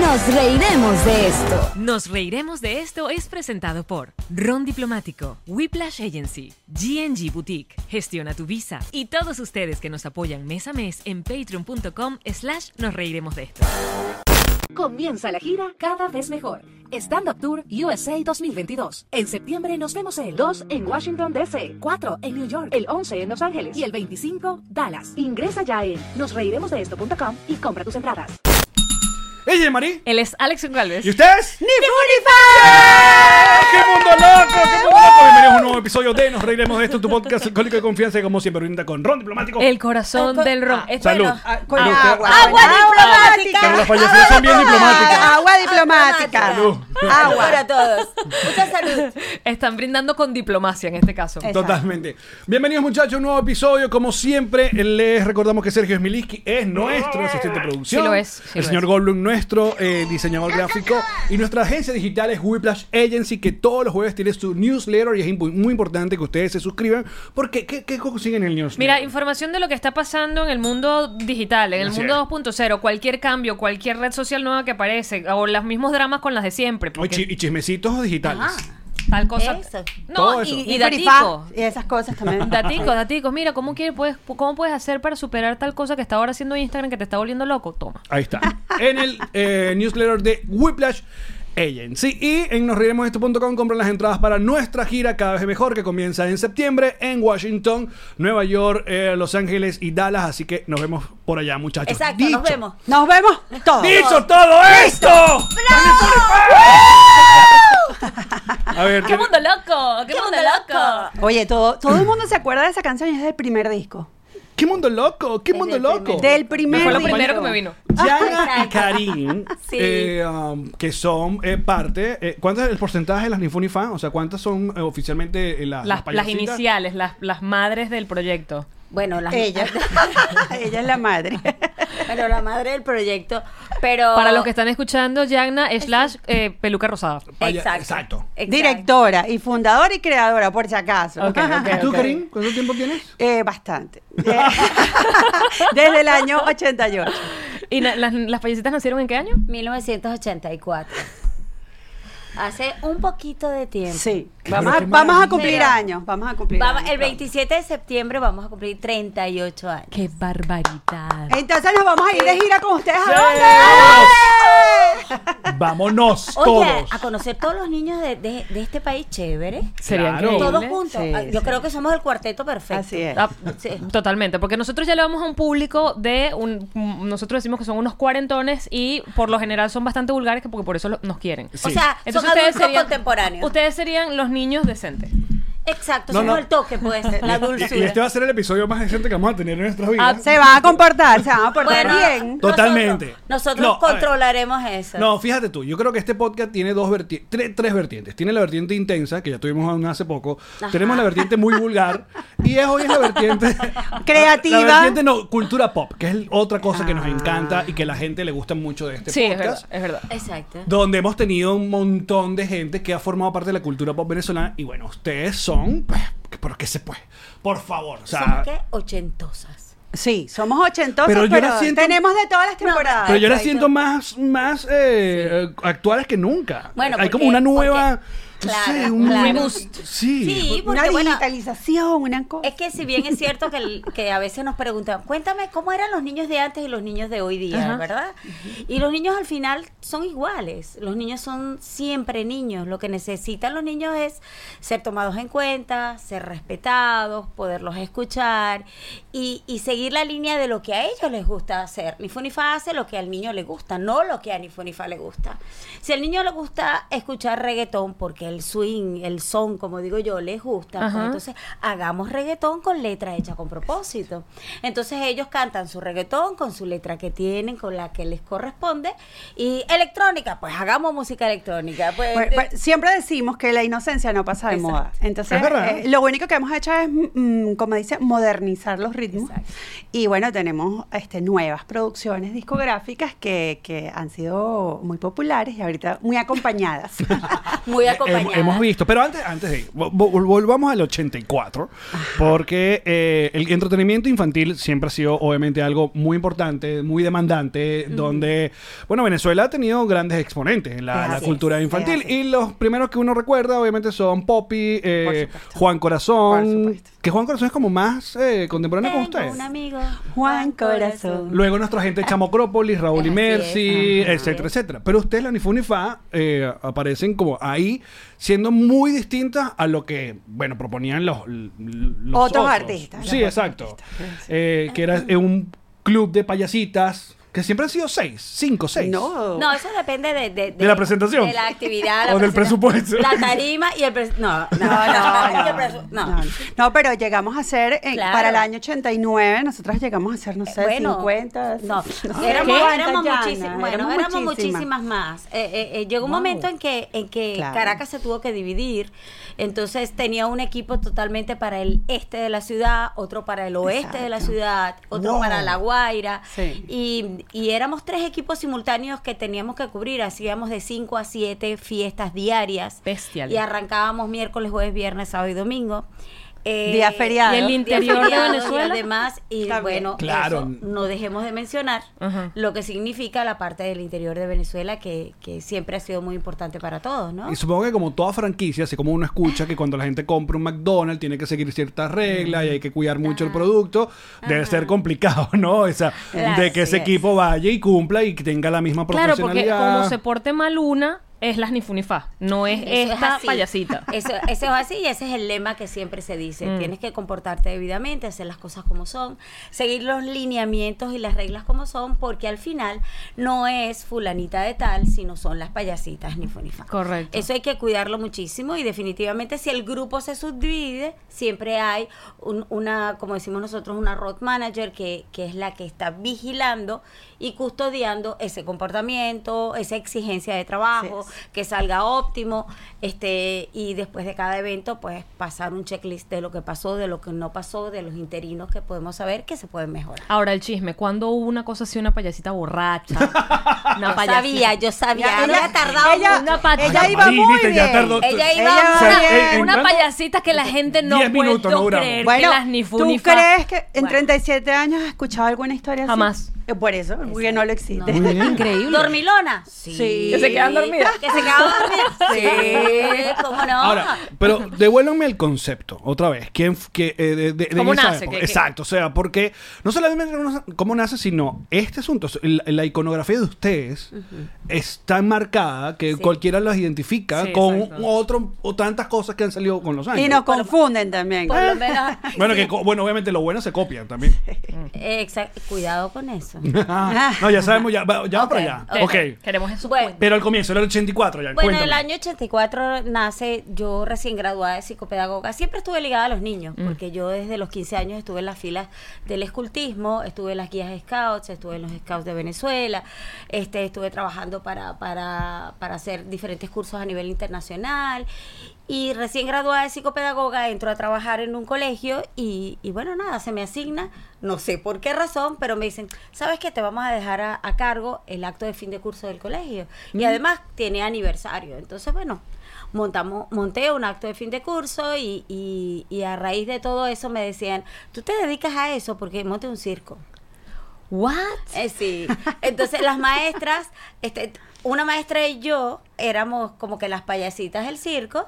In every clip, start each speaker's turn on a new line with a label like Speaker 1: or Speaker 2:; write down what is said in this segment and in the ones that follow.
Speaker 1: Nos reiremos de esto.
Speaker 2: Nos reiremos de esto es presentado por Ron Diplomático, Whiplash Agency, GNG Boutique, Gestiona tu Visa y todos ustedes que nos apoyan mes a mes en patreon.com slash nos reiremos de esto.
Speaker 3: Comienza la gira cada vez mejor. Stand Up Tour USA 2022. En septiembre nos vemos el 2 en Washington DC, 4 en New York, el 11 en Los Ángeles y el 25 Dallas. Ingresa ya en nosreiremosdeesto.com y compra tus entradas.
Speaker 4: Ella es Marí.
Speaker 2: Él es Alex
Speaker 4: ¿Y
Speaker 2: Goncalves.
Speaker 4: ustedes? ¡Ni ¡Qué mundo loco! ¡Qué mundo loco! Bienvenidos a un nuevo episodio de Nos Reiremos de esto, tu podcast alcohólico de confianza, que como siempre brinda con Ron Diplomático.
Speaker 2: El corazón del ron. Este
Speaker 5: Ah,
Speaker 2: Es-
Speaker 4: Salud.
Speaker 5: bueno, ah, con
Speaker 4: Salud.
Speaker 5: agua.
Speaker 6: Agua diplomática.
Speaker 4: Pero las fallecidas son bien diplomáticas.
Speaker 6: Agua diplomática.
Speaker 4: Salud.
Speaker 5: Agua para todos. Mucha salud.
Speaker 2: Están brindando con diplomacia en este caso.
Speaker 6: Exacto.
Speaker 4: Totalmente. Bienvenidos muchachos a un nuevo episodio. Como siempre, les recordamos que Sergio Smilinski es nuestro asistente de producción.
Speaker 2: Sí lo es, sí
Speaker 4: el
Speaker 2: lo
Speaker 4: señor
Speaker 2: es.
Speaker 4: Goldblum, nuestro eh, diseñador gráfico. Y nuestra agencia digital es Whiplash Agency, que todos los jueves tiene su newsletter y es impu- muy importante que ustedes se suscriban. Porque, ¿qué, qué consiguen en el newsletter?
Speaker 2: Mira, información de lo que está pasando en el mundo digital, en el
Speaker 4: Así
Speaker 2: mundo
Speaker 4: es.
Speaker 2: 2.0, cualquier cambio, cualquier red social nueva que aparece, o los mismos dramas con las de siempre.
Speaker 4: No, y
Speaker 2: porque
Speaker 4: chi- y chismecitos digitales.
Speaker 6: Ah.
Speaker 2: tal cosa.
Speaker 5: Eso.
Speaker 2: No,
Speaker 4: Todo
Speaker 2: y,
Speaker 4: eso.
Speaker 2: y
Speaker 6: Furifá
Speaker 2: datico.
Speaker 6: Y esas cosas también.
Speaker 2: Daticos, daticos, mira, ¿cómo, quieres, puedes, ¿cómo puedes hacer para superar tal cosa que está ahora haciendo Instagram que te está volviendo loco? Toma.
Speaker 4: Ahí está. en el eh, newsletter de Whiplash Agency. Y en nosriremosdeesto.com compran las entradas para nuestra gira cada vez mejor que comienza en septiembre en Washington, Nueva York, eh, Los Ángeles y Dallas. Así que nos vemos por allá, muchachos.
Speaker 5: Exacto, nos vemos.
Speaker 6: Nos vemos todos.
Speaker 4: ¡Dicho todo esto! A ver,
Speaker 2: ¡Qué
Speaker 4: ¿tiene-
Speaker 2: mundo loco! ¡Qué, mundo loco!
Speaker 6: Oye, todo, todo el mundo se acuerda de esa canción y es del primer disco.
Speaker 4: ¿qué mundo loco? ¿Qué mundo
Speaker 5: el
Speaker 4: loco?
Speaker 5: primer-
Speaker 6: Del primer
Speaker 2: Fue lo
Speaker 6: disco.
Speaker 2: primero que me vino.
Speaker 4: Yana y
Speaker 5: Exacto.
Speaker 4: Karim,
Speaker 5: Sí.
Speaker 4: eh, um, que son eh, parte. eh, ¿Cuánto es el porcentaje de las Ninfuni Fan? O sea, ¿cuántas son eh, oficialmente eh, las,
Speaker 2: Las, las
Speaker 4: payasitas?
Speaker 2: iniciales, las, las madres del proyecto.
Speaker 5: Bueno, las-
Speaker 6: Ella. Ella es la madre.
Speaker 5: Bueno, la madre del proyecto. Pero.
Speaker 2: Para los que están escuchando, Yagna slash eh, peluca rosada.
Speaker 4: Vaya-
Speaker 5: Exacto.
Speaker 4: exacto.
Speaker 5: Exacto.
Speaker 6: Directora y fundadora y creadora, por si acaso.
Speaker 2: Ok, ok.
Speaker 4: ¿Y tú, Karim? ¿Cuánto tiempo tienes?
Speaker 6: Eh, bastante. De- Desde el año 88.
Speaker 2: ¿Y na- las, las payasitas nacieron en qué año?
Speaker 5: 1984. Hace un poquito de tiempo.
Speaker 6: Sí.
Speaker 4: Claro,
Speaker 6: vamos, a,
Speaker 4: qué
Speaker 6: vamos a cumplir
Speaker 5: maravilla.
Speaker 6: años. Vamos a cumplir
Speaker 5: Vamos-
Speaker 6: años,
Speaker 5: el 27 de septiembre vamos a cumplir 38 años.
Speaker 2: ¡Qué barbaridad!
Speaker 6: Entonces nos vamos a ir de gira con ustedes. ¿A
Speaker 4: ¡Sí! ¡Vámonos
Speaker 5: Oye,
Speaker 4: todos!
Speaker 5: a conocer todos los niños de, de- de este país, chévere.
Speaker 2: Sería
Speaker 4: Claro.
Speaker 2: increíble.
Speaker 5: Todos juntos.
Speaker 6: Sí,
Speaker 5: Ah, Yo
Speaker 6: sí.
Speaker 5: creo que somos el cuarteto perfecto.
Speaker 6: Así es.
Speaker 2: Ah,
Speaker 5: Sí.
Speaker 2: Totalmente, porque nosotros ya le vamos a un público de un, un- nosotros decimos que son unos cuarentones y por lo general son bastante vulgares que porque por eso lo- nos quieren.
Speaker 4: Sí.
Speaker 5: O sea, son adultos contemporáneos.
Speaker 2: Ustedes serían los niños decentes.
Speaker 5: Exacto,
Speaker 4: No,
Speaker 5: somos
Speaker 4: no.
Speaker 5: el toque, pues, la dulzura.
Speaker 4: Y, y este va a ser el episodio más decente que vamos a tener en nuestras vidas.
Speaker 6: Se van a comportar, se van a portar
Speaker 5: Bueno,
Speaker 6: bien.
Speaker 4: To- Totalmente.
Speaker 5: Nosotros, nosotros
Speaker 4: No, a ver.
Speaker 5: controlaremos eso.
Speaker 4: No, fíjate tú, yo creo que este podcast tiene dos verti- tre- tres vertientes. Tiene la vertiente intensa, que ya tuvimos una hace poco. Tenemos la vertiente muy vulgar. Y es hoy es la vertiente
Speaker 6: Creativa.
Speaker 4: La vertiente no, cultura pop, que es el- otra cosa que
Speaker 5: Ah.
Speaker 4: nos encanta y que la gente le gusta mucho de este
Speaker 2: sí, es verdad,
Speaker 4: podcast.
Speaker 2: es verdad.
Speaker 5: Exacto.
Speaker 4: Donde hemos tenido un montón de gente que ha formado parte de la cultura pop venezolana. Y bueno, ustedes son. pues, ¿Por qué se puede? Por favor. O sea,
Speaker 5: Somos qué? Ochentosas.
Speaker 6: Sí, somos ochentosos,
Speaker 4: Pero
Speaker 6: pero,
Speaker 4: yo la siento-
Speaker 6: tenemos de todas las temporadas.
Speaker 4: Pero yo las
Speaker 5: Exacto.
Speaker 4: siento más, más eh, eh, actuales que nunca.
Speaker 5: Bueno,
Speaker 4: Hay como
Speaker 5: porque-
Speaker 4: una nueva.
Speaker 5: porque-
Speaker 4: no
Speaker 5: claro,
Speaker 4: sé, un
Speaker 5: claro.
Speaker 4: reboot. Sí.
Speaker 5: Sí, porque
Speaker 6: una
Speaker 5: bueno,
Speaker 6: digitalización, una cosa.
Speaker 5: es que si bien es cierto que, el- que a veces nos preguntan, cuéntame cómo eran los niños de antes y los niños de hoy día,
Speaker 2: Ajá.
Speaker 5: ¿verdad? Y los niños al final son iguales. Los niños son siempre niños. Lo que necesitan los niños es ser tomados en cuenta, ser respetados, poderlos escuchar y, y seguir la línea de lo que a ellos les gusta hacer. Ni Funifa hace lo que al niño le gusta, no lo que a Ni Funifa le gusta. Si al niño le gusta escuchar reggaetón, porque el swing, el son, como digo yo, les gusta, pues
Speaker 2: Ajá.
Speaker 5: entonces hagamos reggaetón con letra hecha con propósito. Entonces ellos cantan su reggaetón con su letra que tienen, con la que les corresponde. Y electrónica, pues hagamos música electrónica. Pues,
Speaker 6: Pues,
Speaker 5: eh,
Speaker 6: pues, siempre decimos que la inocencia no pasa de
Speaker 5: Exacto.
Speaker 6: moda. Entonces,
Speaker 4: Es verdad.
Speaker 6: eh, lo único que hemos hecho es, mm, como dice, modernizar los ritmos. Y bueno, tenemos este, nuevas producciones discográficas que, que han sido muy populares y ahorita muy acompañadas.
Speaker 5: Muy acompañada.
Speaker 4: ah, eh, Hemos, hemos visto, pero antes, antes de ir, vo- vo- volvamos al 84, porque eh, el entretenimiento infantil siempre ha sido obviamente algo muy importante, muy demandante, donde, bueno, Venezuela ha tenido grandes exponentes en la,
Speaker 6: Es
Speaker 4: la
Speaker 6: así,
Speaker 4: cultura
Speaker 6: es
Speaker 4: infantil,
Speaker 6: así.
Speaker 4: y los primeros que uno recuerda obviamente son Poppy, eh,
Speaker 6: Por supuesto.
Speaker 4: Juan
Speaker 6: Por
Speaker 4: Corazón,
Speaker 6: supuesto.
Speaker 4: que Juan Corazón es como más eh, contemporáneo con
Speaker 5: Tengo
Speaker 4: usted.
Speaker 5: un amigo.
Speaker 6: Juan Corazón.
Speaker 4: Luego nuestra gente Chamocrópolis, Raúl y
Speaker 5: Así es,
Speaker 4: Mercy,
Speaker 5: ajá.
Speaker 4: etcétera, etcétera. Pero ustedes, la Nifun y Fa, eh, aparecen como ahí, siendo muy distintas a lo que, bueno, proponían los, l- los
Speaker 6: Otros
Speaker 4: otros.
Speaker 6: artistas,
Speaker 4: Sí,
Speaker 6: los
Speaker 4: exacto.
Speaker 6: otros artistas, sí.
Speaker 4: Eh, que era eh, un club de payasitas, que siempre han sido seis, cinco, seis.
Speaker 6: No.
Speaker 5: No, eso depende de, de,
Speaker 4: De la presentación.
Speaker 5: De la actividad. la
Speaker 4: O del
Speaker 5: presenta-
Speaker 4: presupuesto.
Speaker 5: La tarima y el presupuesto. No, no,
Speaker 6: No,
Speaker 5: no.
Speaker 6: no,
Speaker 5: el
Speaker 6: no,
Speaker 5: presu-
Speaker 6: no,
Speaker 5: no.
Speaker 6: no. No, pero llegamos a ser, eh,
Speaker 5: Claro.
Speaker 6: para el año 89, nosotros llegamos a ser, no sé,
Speaker 5: Bueno,
Speaker 6: 50.
Speaker 5: No,
Speaker 6: sé
Speaker 5: éramos,
Speaker 6: cuántas,
Speaker 5: éramos
Speaker 6: Yana,
Speaker 5: muchísimas, bueno, éramos, muchísimas más. Eh, eh, eh, llegó un momento en que, en que
Speaker 6: Claro.
Speaker 5: Caracas se tuvo que dividir, entonces tenía un equipo totalmente para el este de la ciudad, otro para el oeste de la
Speaker 6: Exacto.
Speaker 5: ciudad, otro
Speaker 6: Wow.
Speaker 5: para La Guaira,
Speaker 6: Sí.
Speaker 5: y, y éramos tres equipos simultáneos que teníamos que cubrir, hacíamos de 5 a 7 fiestas diarias,
Speaker 7: Bestial.
Speaker 5: y arrancábamos miércoles, jueves, viernes, sábado y domingo. Eh,
Speaker 6: Día feriado.
Speaker 7: Y el interior de
Speaker 5: feriado,
Speaker 7: Venezuela.
Speaker 5: Y además, y
Speaker 6: También.
Speaker 5: bueno,
Speaker 4: Claro.
Speaker 5: eso no dejemos de mencionar
Speaker 7: Ajá.
Speaker 5: lo que significa la parte del interior de Venezuela que, que siempre ha sido muy importante para todos, ¿no?
Speaker 4: Y supongo que como toda franquicia, así como uno escucha que cuando la gente compra un McDonald's tiene que seguir ciertas reglas y hay que cuidar mucho el producto, debe ser complicado, ¿no? O sea,
Speaker 5: Claro,
Speaker 4: de que ese
Speaker 5: así es.
Speaker 4: equipo vaya y cumpla y que tenga la misma
Speaker 7: Claro, porque
Speaker 4: profesionalidad.
Speaker 7: como se porte mal una, es las nifunifá, no es
Speaker 5: Eso es
Speaker 7: esta
Speaker 5: así.
Speaker 7: payasita. Mm.
Speaker 5: Eso, eso es así y ese es el lema que siempre se dice. Tienes que comportarte debidamente, hacer las cosas como son, seguir los lineamientos y las reglas como son, porque al final no es fulanita de tal, sino son las payasitas ni funifa.
Speaker 7: Correcto.
Speaker 5: Eso hay que cuidarlo muchísimo y definitivamente si el grupo se subdivide, siempre hay un- una, como decimos nosotros, una road manager que, que es la que está vigilando y custodiando ese comportamiento, esa exigencia de trabajo,
Speaker 6: Así es.
Speaker 5: que salga óptimo, este, y después de cada evento, pues pasar un checklist de lo que pasó, de lo que no pasó, de los interinos que podemos saber que se pueden mejorar.
Speaker 7: Ahora el chisme, ¿cuándo hubo una cosa así, una payasita borracha? Una
Speaker 5: Yo sabía, yo sabía, había tardado
Speaker 6: ella,
Speaker 5: mucho.
Speaker 7: una pata.
Speaker 6: Ella
Speaker 7: Ay,
Speaker 6: iba
Speaker 4: Mari,
Speaker 6: muy
Speaker 4: viste,
Speaker 6: bien.
Speaker 4: ya tardó.
Speaker 5: Ella
Speaker 6: Ella
Speaker 5: iba
Speaker 6: iba
Speaker 5: a
Speaker 4: O sea,
Speaker 5: una-
Speaker 4: eh, en
Speaker 7: una
Speaker 4: cuánto-
Speaker 7: payasita que la gente no
Speaker 4: Diez minutos,
Speaker 7: puede
Speaker 4: no duramos.
Speaker 7: creer
Speaker 6: Bueno,
Speaker 7: que las ni fu
Speaker 6: ¿tú
Speaker 7: ni fa.
Speaker 6: crees que en
Speaker 5: Bueno.
Speaker 6: 37 años has escuchado alguna historia así?
Speaker 7: Jamás.
Speaker 6: Eh, Por eso, porque no lo existe.
Speaker 4: Muy bien.
Speaker 7: Increíble.
Speaker 5: ¿Dormilona? Sí.
Speaker 6: Que se quedan
Speaker 5: dormidas. Que se quedan dormidas. Sí, cómo no.
Speaker 4: Ahora, pero devuélvanme el concepto otra vez. ¿Quién f- que, eh, de- de- de
Speaker 7: ¿Cómo
Speaker 4: esa
Speaker 7: nace?
Speaker 4: época?
Speaker 7: ¿Qué- qué?
Speaker 4: Exacto, o sea, porque no solamente uno- cómo nace, sino este asunto, la, la iconografía de ustedes es tan marcada que cualquiera los identifica
Speaker 7: Sí,
Speaker 4: con
Speaker 7: exacto.
Speaker 4: otro o tantas cosas que han salido con los años.
Speaker 6: Y nos confunden también.
Speaker 5: por lo menos.
Speaker 4: Bueno, que co- bueno, obviamente lo bueno se copia también.
Speaker 5: Exacto. Cuidado con eso.
Speaker 4: no, ya sabemos, ya, va- ya va para allá.
Speaker 5: ok.
Speaker 4: Ok.
Speaker 7: Queremos eso.
Speaker 5: Bueno.
Speaker 4: Pero al comienzo, era el 84, ya.
Speaker 5: Bueno, en
Speaker 4: cuéntame.
Speaker 5: el año 84 nace yo recién graduada de psicopedagoga. Siempre estuve ligada a los niños, porque yo desde los 15 años estuve en las filas del escultismo, estuve en las guías scouts, estuve en los scouts de Venezuela, este, estuve trabajando para, para, para hacer diferentes cursos a nivel internacional. Y recién graduada de psicopedagoga, entro a trabajar en un colegio y, y bueno, nada, se me asigna, no sé por qué razón, pero me dicen, ¿sabes qué? Te vamos a dejar a, a cargo el acto de fin de curso del colegio. Y además tiene aniversario. Entonces, bueno, montamos, monté un acto de fin de curso y, y- y a raíz de todo eso me decían, tú te dedicas a eso porque monte un circo.
Speaker 7: ¿What?
Speaker 5: Eh, sí. Entonces las maestras, este, una maestra y yo éramos como que las payasitas del circo.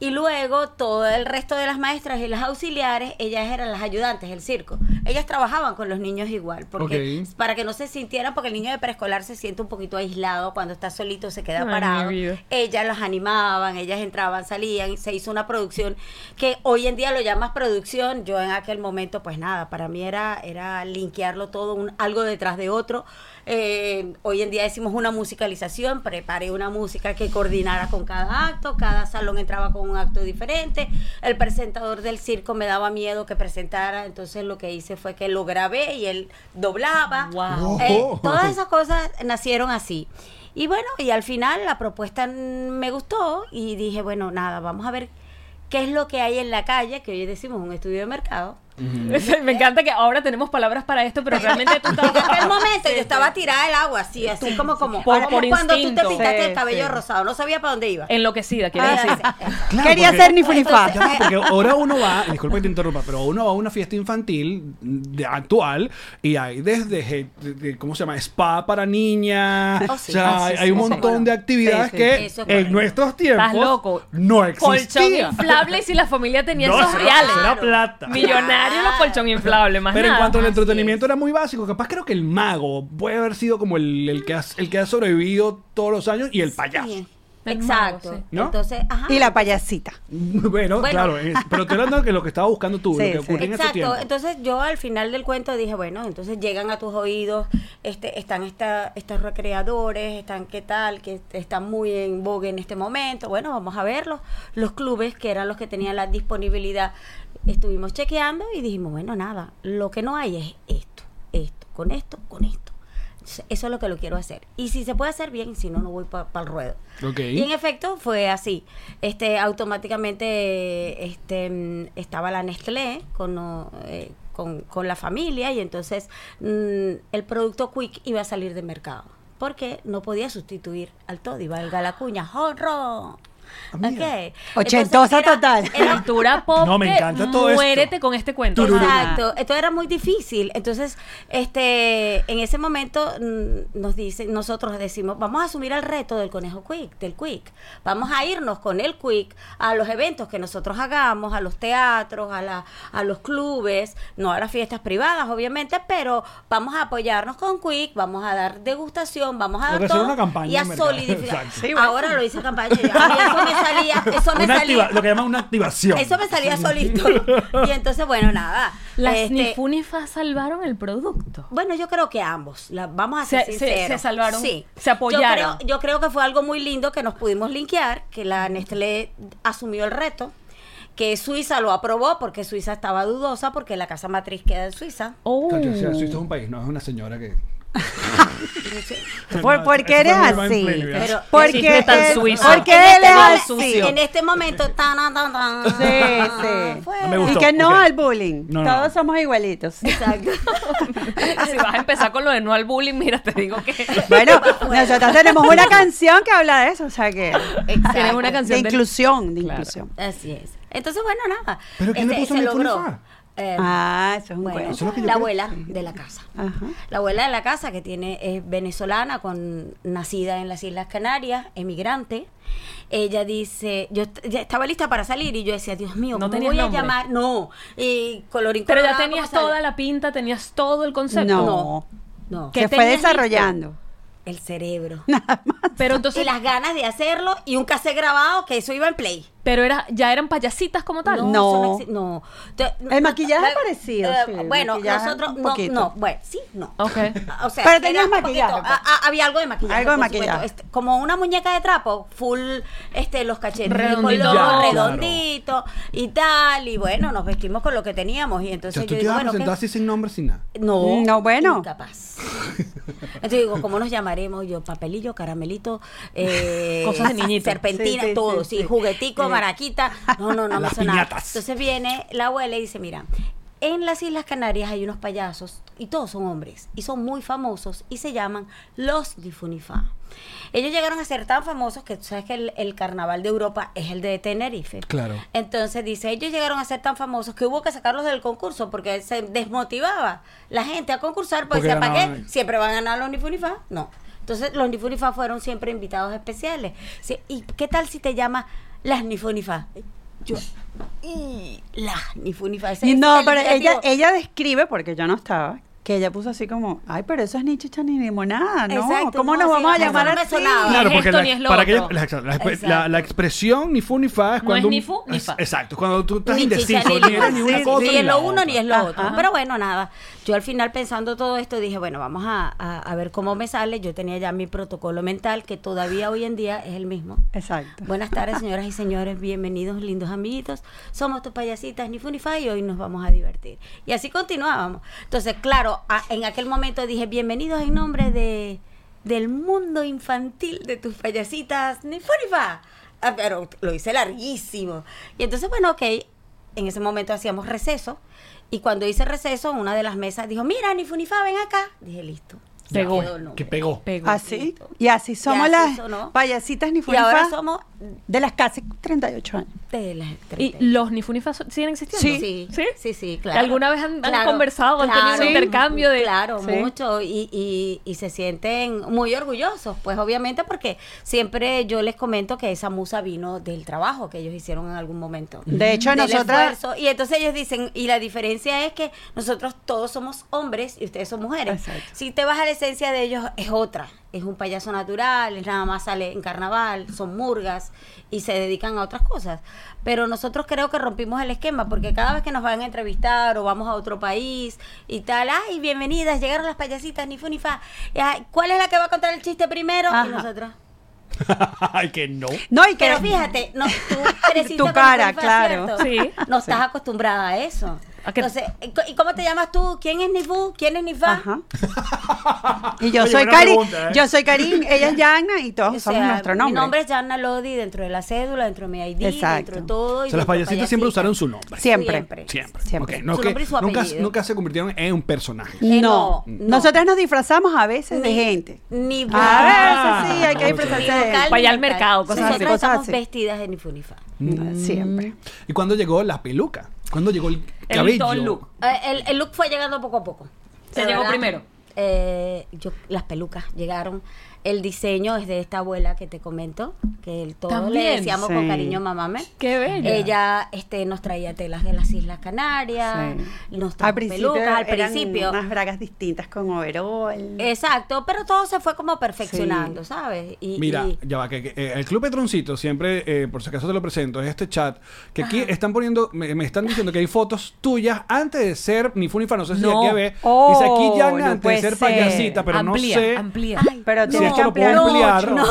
Speaker 5: Y luego todo el resto de las maestras y las auxiliares, ellas eran las ayudantes del circo. Ellas trabajaban con los niños igual, porque
Speaker 4: Ok.
Speaker 5: para que no se sintieran, porque el niño de preescolar se siente un poquito aislado cuando está solito, se queda
Speaker 7: Ay, mi
Speaker 5: parado.
Speaker 7: vida.
Speaker 5: Ellas los animaban, ellas entraban, salían, y se hizo una producción que hoy en día lo llamas producción, yo en aquel momento pues nada, para mí era, era linkearlo todo, un, algo detrás de otro. Eh, hoy en día hicimos una musicalización, preparé una música que coordinara con cada acto, cada salón entraba con un acto diferente, el presentador del circo me daba miedo que presentara, entonces lo que hice fue que lo grabé y él doblaba.
Speaker 7: Wow.
Speaker 5: Eh,
Speaker 4: Ojo.
Speaker 5: todas esas cosas nacieron así. Y bueno, y al final la propuesta mm, me gustó y dije, bueno, nada, vamos a ver qué es lo que hay en la calle, que hoy decimos un estudio de mercado,
Speaker 2: Me encanta que ahora tenemos palabras para esto, pero realmente tú
Speaker 5: En
Speaker 2: estabas-
Speaker 5: aquel momento yo estaba tirada al agua, así, así como, como,
Speaker 2: Por-
Speaker 5: como
Speaker 2: por
Speaker 5: cuando tú
Speaker 2: instinto. Eh,
Speaker 5: te pintaste
Speaker 6: Sí,
Speaker 5: el cabello
Speaker 6: sí.
Speaker 5: rosado, no sabía para dónde iba.
Speaker 2: enloquecida, quiero
Speaker 5: Ah,
Speaker 2: decir.
Speaker 5: sí.
Speaker 4: Claro,
Speaker 6: Quería
Speaker 4: porque-
Speaker 6: ser ni funifa.
Speaker 4: Ya va, porque ahora uno va, disculpa que te interrumpa, pero uno va a una fiesta infantil de, actual y hay desde, je- de- de- ¿cómo se llama? Spa para niñas.
Speaker 5: Oh,
Speaker 4: o
Speaker 5: sí.
Speaker 4: sea,
Speaker 5: Ah, sí,
Speaker 4: hay
Speaker 5: sí,
Speaker 4: un
Speaker 5: eso es
Speaker 4: montón
Speaker 5: bueno.
Speaker 4: de actividades
Speaker 6: Sí, sí.
Speaker 4: que
Speaker 5: Eso es
Speaker 4: en
Speaker 5: correcto.
Speaker 4: nuestros tiempos
Speaker 2: Estás loco.
Speaker 4: no
Speaker 2: Colchón
Speaker 4: existían.
Speaker 2: inflable y si la familia tenía
Speaker 4: No,
Speaker 2: esos
Speaker 4: será-
Speaker 2: reales.
Speaker 4: será plata.
Speaker 2: Millonarios los colchón inflable, más
Speaker 4: Pero en
Speaker 2: nada.
Speaker 4: cuanto al entretenimiento era muy básico. Capaz creo que el mago puede haber sido como el, el que, ha, el que ha sobrevivido todos los años y el payaso.
Speaker 5: Sí.
Speaker 2: El
Speaker 5: Exacto.
Speaker 2: mago, sí.
Speaker 4: ¿No?
Speaker 5: Entonces, ajá.
Speaker 6: Y la payasita.
Speaker 4: Bueno,
Speaker 5: Bueno.
Speaker 4: claro, es- pero te hablando de que lo que estaba buscando tú,
Speaker 6: Sí,
Speaker 4: lo que
Speaker 6: sí.
Speaker 4: ocurrió en estos
Speaker 5: Exacto,
Speaker 4: tiempos.
Speaker 5: entonces yo al final del cuento dije, bueno, entonces llegan a tus oídos, este, están esta, estos recreadores, están qué tal, que están muy en vogue en este momento, bueno, vamos a verlos. Los clubes que eran los que tenían la disponibilidad, estuvimos chequeando y dijimos, bueno, nada, lo que no hay es esto, esto, con esto, con esto. Entonces, Eso es lo que lo quiero hacer. Y si se puede hacer bien, si no, no voy para el ruedo.
Speaker 4: Ok.
Speaker 5: Y en efecto fue así. Este, automáticamente este, mm, estaba la Nestlé con, o- eh, con, con la familia y entonces mm, el producto Quick iba a salir de mercado porque no podía sustituir al todo, iba el Galacuña, ¡jorro! Ok.
Speaker 6: Ah, Ochentosa
Speaker 5: Entonces,
Speaker 6: total.
Speaker 5: era-
Speaker 2: Cultura pop.
Speaker 4: No, me
Speaker 2: que
Speaker 4: encanta todo esto.
Speaker 2: Muérete con este cuento.
Speaker 4: Tururú.
Speaker 5: Exacto, esto era muy difícil. Entonces, este, en ese momento mm, nos dicen, nosotros decimos, vamos a asumir el reto del conejo Quick, del Quick. Vamos a irnos con el Quick a los eventos que nosotros hagamos, a los teatros, a, la, a los clubes, no a las fiestas privadas, obviamente, pero vamos a apoyarnos con Quick, vamos a dar degustación, vamos
Speaker 4: Hay
Speaker 5: a
Speaker 4: que
Speaker 5: dar
Speaker 4: hacer
Speaker 5: todo
Speaker 4: una campaña
Speaker 5: y a
Speaker 4: de mercado.
Speaker 5: solidificar.
Speaker 4: Exacto.
Speaker 6: Sí, bueno.
Speaker 5: Ahora lo hice campaña, y a mí eso me salía, eso me
Speaker 4: Una activa-
Speaker 5: salía.
Speaker 4: lo que llaman una activación.
Speaker 5: Eso me salía solito. Y entonces, bueno, nada.
Speaker 2: Las
Speaker 5: Este,
Speaker 2: Nifunifas salvaron el producto.
Speaker 5: bueno, yo creo que ambos, la- vamos a ser
Speaker 2: Se- se-
Speaker 5: sinceros.
Speaker 2: se salvaron,
Speaker 5: Sí.
Speaker 2: se apoyaron.
Speaker 5: Yo creo, yo creo que fue algo muy lindo que nos pudimos linkear, que la Nestlé asumió el reto, que Suiza lo aprobó porque Suiza estaba dudosa porque la casa matriz queda en Suiza.
Speaker 2: Oh.
Speaker 4: Cacho, o
Speaker 5: Uh.
Speaker 4: sea, Suiza es un país, no es una señora que.
Speaker 6: Por, porque eres así.
Speaker 5: Pero-
Speaker 2: Existe
Speaker 6: Porque,
Speaker 2: tan
Speaker 6: él-
Speaker 2: suizo.
Speaker 6: porque
Speaker 5: En
Speaker 6: él
Speaker 5: este
Speaker 6: es
Speaker 5: momen-
Speaker 6: así.
Speaker 5: En este momento, tan, tan, tan, tan, Ah,
Speaker 6: Sí, sí.
Speaker 5: fuera.
Speaker 4: No me gusta.
Speaker 6: Y
Speaker 4: Gustó,
Speaker 6: que no
Speaker 4: ok.
Speaker 6: al bullying.
Speaker 4: No, no,
Speaker 6: Todos
Speaker 4: no.
Speaker 6: somos igualitos.
Speaker 5: Exacto.
Speaker 2: si vas a empezar con lo de no al bullying, mira, te digo que
Speaker 6: Bueno, nosotros tenemos una canción que habla de eso, o sea que
Speaker 2: tienes
Speaker 5: Exacto.
Speaker 2: una
Speaker 6: de
Speaker 2: canción del-
Speaker 6: inclusión, de
Speaker 2: Claro.
Speaker 6: inclusión.
Speaker 5: Así es. Entonces, bueno, nada. Este,
Speaker 4: ¿Pero quién le puso
Speaker 5: se
Speaker 4: el
Speaker 5: logró.
Speaker 4: Funifá?
Speaker 5: Eh,
Speaker 6: Ah, eso es un
Speaker 5: bueno,
Speaker 6: cuento.
Speaker 4: Eso es lo que yo
Speaker 5: la
Speaker 4: creo.
Speaker 5: abuela de la casa.
Speaker 6: Ajá.
Speaker 5: La abuela de la casa que tiene es venezolana, con nacida en las Islas Canarias, emigrante. Ella dice, yo est- ya estaba lista para salir y yo decía, Dios mío,
Speaker 2: No
Speaker 5: ¿cómo
Speaker 2: tenías
Speaker 5: voy
Speaker 2: nombre.
Speaker 5: a llamar? No, y colorín
Speaker 2: Pero ya
Speaker 5: colorado,
Speaker 2: tenías
Speaker 5: ¿cómo sale?
Speaker 2: toda la pinta, tenías todo el concepto.
Speaker 6: No.
Speaker 5: No,
Speaker 2: ¿Qué
Speaker 6: Se fue
Speaker 2: tenías listo?
Speaker 6: desarrollando.
Speaker 5: el cerebro.
Speaker 2: Pero
Speaker 5: Entonces,
Speaker 2: entonces,
Speaker 5: y las ganas de hacerlo y un cassette grabado que eso iba en play.
Speaker 2: pero era, ya eran payasitas como tal.
Speaker 6: No.
Speaker 5: eso exi- no. Te- no,
Speaker 6: maquillaje
Speaker 5: la-
Speaker 6: es parecido,
Speaker 5: eh,
Speaker 6: sí, el
Speaker 5: bueno,
Speaker 6: maquillaje
Speaker 5: nosotros
Speaker 6: un
Speaker 5: no,
Speaker 6: poquito.
Speaker 5: no, bueno, sí, no.
Speaker 2: Ok.
Speaker 5: O sea,
Speaker 6: Pero
Speaker 5: era
Speaker 6: tenías
Speaker 5: un poquito-
Speaker 6: maquillaje, pues.
Speaker 5: a- a- había algo de maquillaje.
Speaker 6: Algo de
Speaker 5: por supuesto.
Speaker 6: maquillaje.
Speaker 5: Este, como una muñeca de trapo, full este los cachetes
Speaker 2: Redondito.
Speaker 5: de
Speaker 2: Ya,
Speaker 5: color,
Speaker 4: claro.
Speaker 5: redondito y tal y bueno, nos vestimos con lo que teníamos y
Speaker 4: O sea,
Speaker 5: entonces
Speaker 4: tú
Speaker 5: yo
Speaker 4: te
Speaker 5: digo,
Speaker 4: vas a
Speaker 5: bueno, ¿qué?
Speaker 4: presentar así sin nombre, sin nada.
Speaker 5: No,
Speaker 6: No, bueno.
Speaker 5: Incapaz. Entonces digo, ¿cómo nos llamaremos? Yo, papelillo, caramelito, eh,
Speaker 2: Cosas de niñito.
Speaker 5: serpentina,
Speaker 6: Sí, sí,
Speaker 5: todo,
Speaker 6: sí,
Speaker 5: sí,
Speaker 6: sí.
Speaker 5: juguetico,
Speaker 6: Sí.
Speaker 5: maraquita. No, no,
Speaker 4: Las
Speaker 5: no me sonaba.
Speaker 4: piñatas.
Speaker 5: Entonces viene la abuela y dice, mira, en las Islas Canarias hay unos payasos y todos son hombres y son muy famosos y se llaman los Difunifá. Ellos llegaron a ser tan famosos que tú sabes que el, el carnaval de Europa es el de Tenerife.
Speaker 4: Claro.
Speaker 5: Entonces dice, ellos llegaron a ser tan famosos que hubo que sacarlos del concurso porque se desmotivaba la gente a concursar porque
Speaker 4: Porque
Speaker 5: decía, ¿para
Speaker 4: ganaban".
Speaker 5: qué? Siempre van a ganar los Nifunifá. No. Entonces los Nifunifá fueron siempre invitados especiales. Sí, ¿Y qué tal si te llama las Nifunifá? Yo, y las Nifunifá. ese
Speaker 6: Y
Speaker 5: es
Speaker 6: no,
Speaker 5: el
Speaker 6: pero ella,
Speaker 5: indicativo.
Speaker 6: ella describe, porque yo no estaba, que ella puso así como, ay, pero eso es ni chicha ni limonada, ¿no?
Speaker 5: Exacto,
Speaker 6: ¿Cómo
Speaker 5: no,
Speaker 6: nos
Speaker 5: sí,
Speaker 6: vamos a
Speaker 5: no,
Speaker 6: llamar
Speaker 5: no me
Speaker 6: así?
Speaker 5: sonaba.
Speaker 2: Claro,
Speaker 4: Claro,
Speaker 2: es
Speaker 4: porque
Speaker 2: esto
Speaker 4: la,
Speaker 2: ni es lo
Speaker 4: para
Speaker 2: otro.
Speaker 4: que- la, exacto, la-
Speaker 5: Exacto.
Speaker 4: la- la expresión ni fu ni fa es
Speaker 2: No
Speaker 4: cuando
Speaker 2: es ni
Speaker 4: un-
Speaker 2: fu ni
Speaker 4: es-
Speaker 2: fa.
Speaker 4: Exacto, cuando tú estás
Speaker 5: ni chicha,
Speaker 4: indeciso,
Speaker 5: ni
Speaker 4: ni eres
Speaker 5: limón.
Speaker 4: ni una
Speaker 5: Sí,
Speaker 4: cosa
Speaker 5: ni
Speaker 4: ni
Speaker 5: es
Speaker 4: la
Speaker 5: lo uno
Speaker 4: otra.
Speaker 5: ni es lo otro.
Speaker 6: Ajá.
Speaker 5: Pero bueno, nada. Yo al final pensando todo esto dije, bueno, vamos a, a- a ver cómo me sale. Yo tenía ya mi protocolo mental que todavía hoy en día es el mismo.
Speaker 6: Exacto.
Speaker 5: Buenas tardes, señoras y señores. Bienvenidos, lindos amiguitos. Somos tus payasitas ni Funify y hoy nos vamos a divertir. Y así continuábamos. Entonces, claro, a- en aquel momento dije, bienvenidos en nombre de del mundo infantil de tus payasitas ni Funify. Ah, pero lo hice larguísimo. Y entonces, bueno, ok. en ese momento hacíamos receso. Y cuando hice receso, una de las mesas dijo, mira, ni Funifa, ven acá. Dije, listo.
Speaker 4: Ya
Speaker 2: Pegó.
Speaker 4: fue,
Speaker 5: Quedó el nombre.
Speaker 4: Que pegó.
Speaker 2: Pegó.
Speaker 6: Así.
Speaker 5: Listo.
Speaker 6: Y así somos
Speaker 5: así
Speaker 6: las
Speaker 5: sonó.
Speaker 6: payasitas ni
Speaker 5: Y ahora
Speaker 6: funifas
Speaker 5: somos
Speaker 6: de las casi 38 años.
Speaker 5: de las
Speaker 2: ¿Y
Speaker 5: 30.
Speaker 2: los nifunifas so- siguen existiendo?
Speaker 5: Sí,
Speaker 2: ¿Sí?
Speaker 5: sí, sí, claro.
Speaker 2: ¿Alguna vez han, han
Speaker 5: Claro,
Speaker 2: conversado, han tenido
Speaker 5: claro,
Speaker 2: un intercambio de...?
Speaker 5: Claro,
Speaker 2: Sí.
Speaker 5: mucho. Y, y- y se sienten muy orgullosos, pues obviamente porque siempre yo les comento que esa musa vino del trabajo que ellos hicieron en algún momento.
Speaker 6: De hecho,
Speaker 5: del
Speaker 6: nosotras
Speaker 5: esfuerzo. Y entonces ellos dicen, y la diferencia es que nosotros todos somos hombres y ustedes son mujeres.
Speaker 6: Exacto.
Speaker 5: Si te vas a la esencia de ellos, es otra. Es un payaso natural, es nada más sale en carnaval, son murgas y se dedican a otras cosas. Pero nosotros creo que rompimos el esquema porque cada vez que nos van a entrevistar o vamos a otro país y tal, ay, bienvenidas, llegaron las payasitas, ni fu ni fa. Y, ay, ¿Cuál es la que va a contar el chiste primero?
Speaker 6: Ajá.
Speaker 5: Y nosotros.
Speaker 4: Ay, que no.
Speaker 6: No, y que
Speaker 5: Pero fíjate, no, tú creciste
Speaker 6: Tu
Speaker 5: con
Speaker 6: cara,
Speaker 5: Nifunfa,
Speaker 6: claro.
Speaker 5: ¿cierto?
Speaker 2: Sí.
Speaker 5: No estás acostumbrada a eso.
Speaker 2: ¿A qué?
Speaker 5: Entonces, ¿y cómo te llamas tú? ¿Quién es Nifu? ¿Quién es Nifa?
Speaker 6: Ajá. Y yo
Speaker 4: Oye,
Speaker 6: soy
Speaker 4: buena
Speaker 6: Karin,
Speaker 4: pregunta, ¿eh?
Speaker 6: yo soy Karin, ella es Yana y todos
Speaker 5: O
Speaker 6: somos
Speaker 5: sea,
Speaker 6: nuestro
Speaker 5: Mi
Speaker 6: nombre.
Speaker 5: nombre es Jana Lodi dentro de la cédula, dentro de mi ID,
Speaker 6: Exacto.
Speaker 5: dentro de todo. y
Speaker 4: O sea, las
Speaker 5: dentro
Speaker 4: payasitas siempre
Speaker 5: payasita.
Speaker 4: usaron su nombre.
Speaker 6: Siempre.
Speaker 5: Siempre.
Speaker 4: Siempre.
Speaker 6: Siempre.
Speaker 4: Ok, no
Speaker 5: Su
Speaker 4: que-
Speaker 5: nombre y su
Speaker 4: nunca,
Speaker 5: apellido.
Speaker 4: nunca se convirtieron en un personaje.
Speaker 5: Eh,
Speaker 6: No,
Speaker 5: no, no.
Speaker 6: nosotras nos disfrazamos a veces de
Speaker 5: Ni-
Speaker 6: gente.
Speaker 5: Ni
Speaker 6: A
Speaker 4: Ah,
Speaker 6: veces sí, hay que
Speaker 4: ok.
Speaker 5: ni
Speaker 6: disfrazarse de
Speaker 5: vocal,
Speaker 6: gente.
Speaker 2: Para allá al
Speaker 5: ni vocal.
Speaker 2: mercado, cosas
Speaker 6: así.
Speaker 5: Nosotras
Speaker 6: Cosas
Speaker 5: estamos
Speaker 6: así.
Speaker 5: vestidas de Nifu Nifa.
Speaker 6: No, Mm. Siempre.
Speaker 4: ¿Y cuándo llegó la peluca? ¿Cuándo llegó el
Speaker 2: El
Speaker 4: cabello?
Speaker 2: todo look.
Speaker 5: Eh, El, el look fue llegando poco a poco.
Speaker 2: ¿Se
Speaker 5: La
Speaker 2: llegó
Speaker 5: verdad,
Speaker 2: primero?
Speaker 5: eh, yo, las pelucas llegaron. El diseño es de esta abuela que te comento, que el todo
Speaker 2: También.
Speaker 5: le decíamos
Speaker 6: Sí.
Speaker 5: con cariño mamame.
Speaker 2: ¡Qué bello!
Speaker 5: Ella este, nos traía telas de las Islas Canarias,
Speaker 6: Sí.
Speaker 5: nos
Speaker 6: Al
Speaker 5: trajo
Speaker 6: principio,
Speaker 5: pelucas al
Speaker 6: eran
Speaker 5: principio. Eh,
Speaker 6: unas bragas distintas con overol.
Speaker 5: Exacto, pero todo se fue como perfeccionando, ¿sabes? Y,
Speaker 4: Mira,
Speaker 5: y-
Speaker 4: ya va, que, que, eh, el Club Petroncito, siempre, eh, por si acaso te lo presento, es este chat, que aquí están poniendo, me, me están diciendo que hay fotos tuyas antes de ser ni Funifa, no sé si
Speaker 2: No.
Speaker 4: aquí ve,
Speaker 6: Oh,
Speaker 4: dice aquí ya
Speaker 6: no
Speaker 4: antes de
Speaker 6: puede
Speaker 4: ser,
Speaker 6: ser.
Speaker 4: payasita, pero
Speaker 2: amplía,
Speaker 4: no sé
Speaker 2: amplía.
Speaker 6: Pero
Speaker 4: si esto
Speaker 6: tienes que
Speaker 4: lo puedo
Speaker 6: ampliar.
Speaker 4: ampliar.
Speaker 5: No,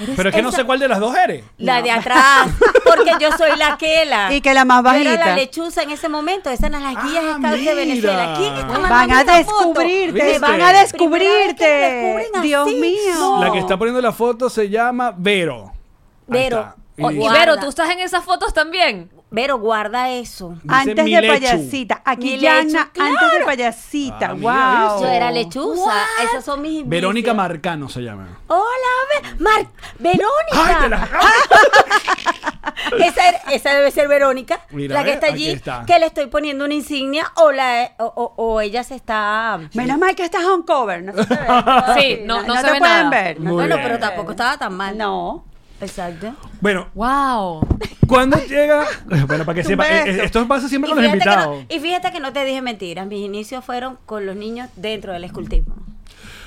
Speaker 4: Pero es que no sé cuál de las dos eres.
Speaker 5: la de atrás, porque yo soy la que la.
Speaker 6: Y que la más
Speaker 5: Yo era la
Speaker 6: bajita.
Speaker 5: lechuza en ese momento, esas eran las
Speaker 4: Ah,
Speaker 5: guías scouts de Venezuela.
Speaker 4: mira.
Speaker 5: ¿Quién está
Speaker 4: Van
Speaker 5: mandando
Speaker 6: Van a
Speaker 5: esa foto?
Speaker 6: descubrirte,
Speaker 4: ¿Viste?
Speaker 6: van a
Speaker 5: Primera vez que me
Speaker 6: descubrirte.
Speaker 5: descubren
Speaker 6: Dios
Speaker 5: así.
Speaker 6: mío.
Speaker 5: No.
Speaker 4: La que está poniendo la foto se llama Vero. Ahí
Speaker 5: Vero.
Speaker 4: está. Y
Speaker 5: Oh,
Speaker 2: Y
Speaker 5: Guarda.
Speaker 2: Vero, ¿tú estás en esas fotos también?
Speaker 5: Pero guarda eso.
Speaker 4: dice
Speaker 6: Antes
Speaker 4: mi
Speaker 6: de
Speaker 4: lechu.
Speaker 6: payasita. Aquí
Speaker 5: Mi
Speaker 6: ya
Speaker 5: lechu,
Speaker 6: antes de
Speaker 5: claro.
Speaker 6: payasita.
Speaker 4: Ah, mira
Speaker 6: wow.
Speaker 4: eso.
Speaker 5: Yo era lechuza, esas son mis indicios.
Speaker 4: Verónica Marcano se llama.
Speaker 5: Hola, Ve- Mar-
Speaker 4: ¡Ay, te
Speaker 5: Verónica.
Speaker 4: la-
Speaker 5: esa, era- esa debe ser Verónica,
Speaker 4: Mira,
Speaker 5: la que
Speaker 4: ve,
Speaker 5: está
Speaker 4: aquí
Speaker 5: allí,
Speaker 4: está.
Speaker 5: que le estoy poniendo una insignia o la o, o- o ella se está.
Speaker 6: Menos mal que estás on cover. No se te ve.
Speaker 2: Sí, no, no,
Speaker 6: no
Speaker 2: se
Speaker 6: te
Speaker 2: ve
Speaker 6: pueden
Speaker 2: nada.
Speaker 6: ver.
Speaker 4: Muy
Speaker 5: bueno,
Speaker 4: bien.
Speaker 5: pero tampoco estaba tan mal.
Speaker 6: No.
Speaker 5: Exacto.
Speaker 4: Bueno,
Speaker 2: ¡Wow!
Speaker 4: cuando llega. Bueno, para que sepa, eh, eh, esto pasa siempre
Speaker 5: Y
Speaker 4: con los
Speaker 5: fíjate, que
Speaker 4: invitados.
Speaker 5: no, y fíjate que no te dije mentiras, mis inicios fueron con los niños dentro del escultismo.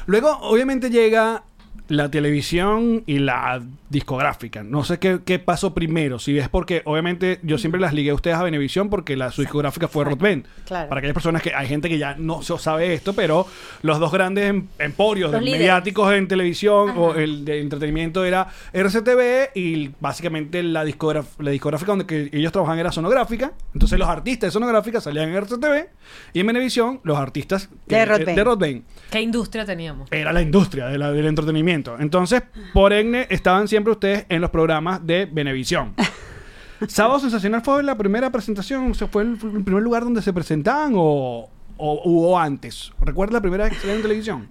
Speaker 4: Luego, obviamente, llega la televisión y la discográfica. No sé qué, qué pasó primero. Si es porque, obviamente, yo siempre las ligué a ustedes a Venevisión porque la, su discográfica fue Rock Band.
Speaker 6: Claro.
Speaker 4: Para aquellas personas que hay gente que ya no se sabe esto, pero los dos grandes em- emporios
Speaker 5: Los
Speaker 4: de-
Speaker 5: líderes.
Speaker 4: mediáticos en televisión o el de entretenimiento era RCTV y básicamente la, discograf- la discográfica donde que ellos trabajaban era Sonográfica. Entonces, los artistas de Sonográfica salían en RCTV y en Venevisión los artistas que-
Speaker 6: De Rock Band.
Speaker 4: de Rock Band
Speaker 2: ¿Qué industria teníamos?
Speaker 4: era la industria de la- del entretenimiento. Entonces, por ende, estaban siempre ustedes en los programas de Benevisión. Sábado Sensacional fue la primera presentación, o sea, fue el, fue el primer lugar donde se presentaban o, o hubo antes. ¿Recuerda la primera vez que salieron en televisión?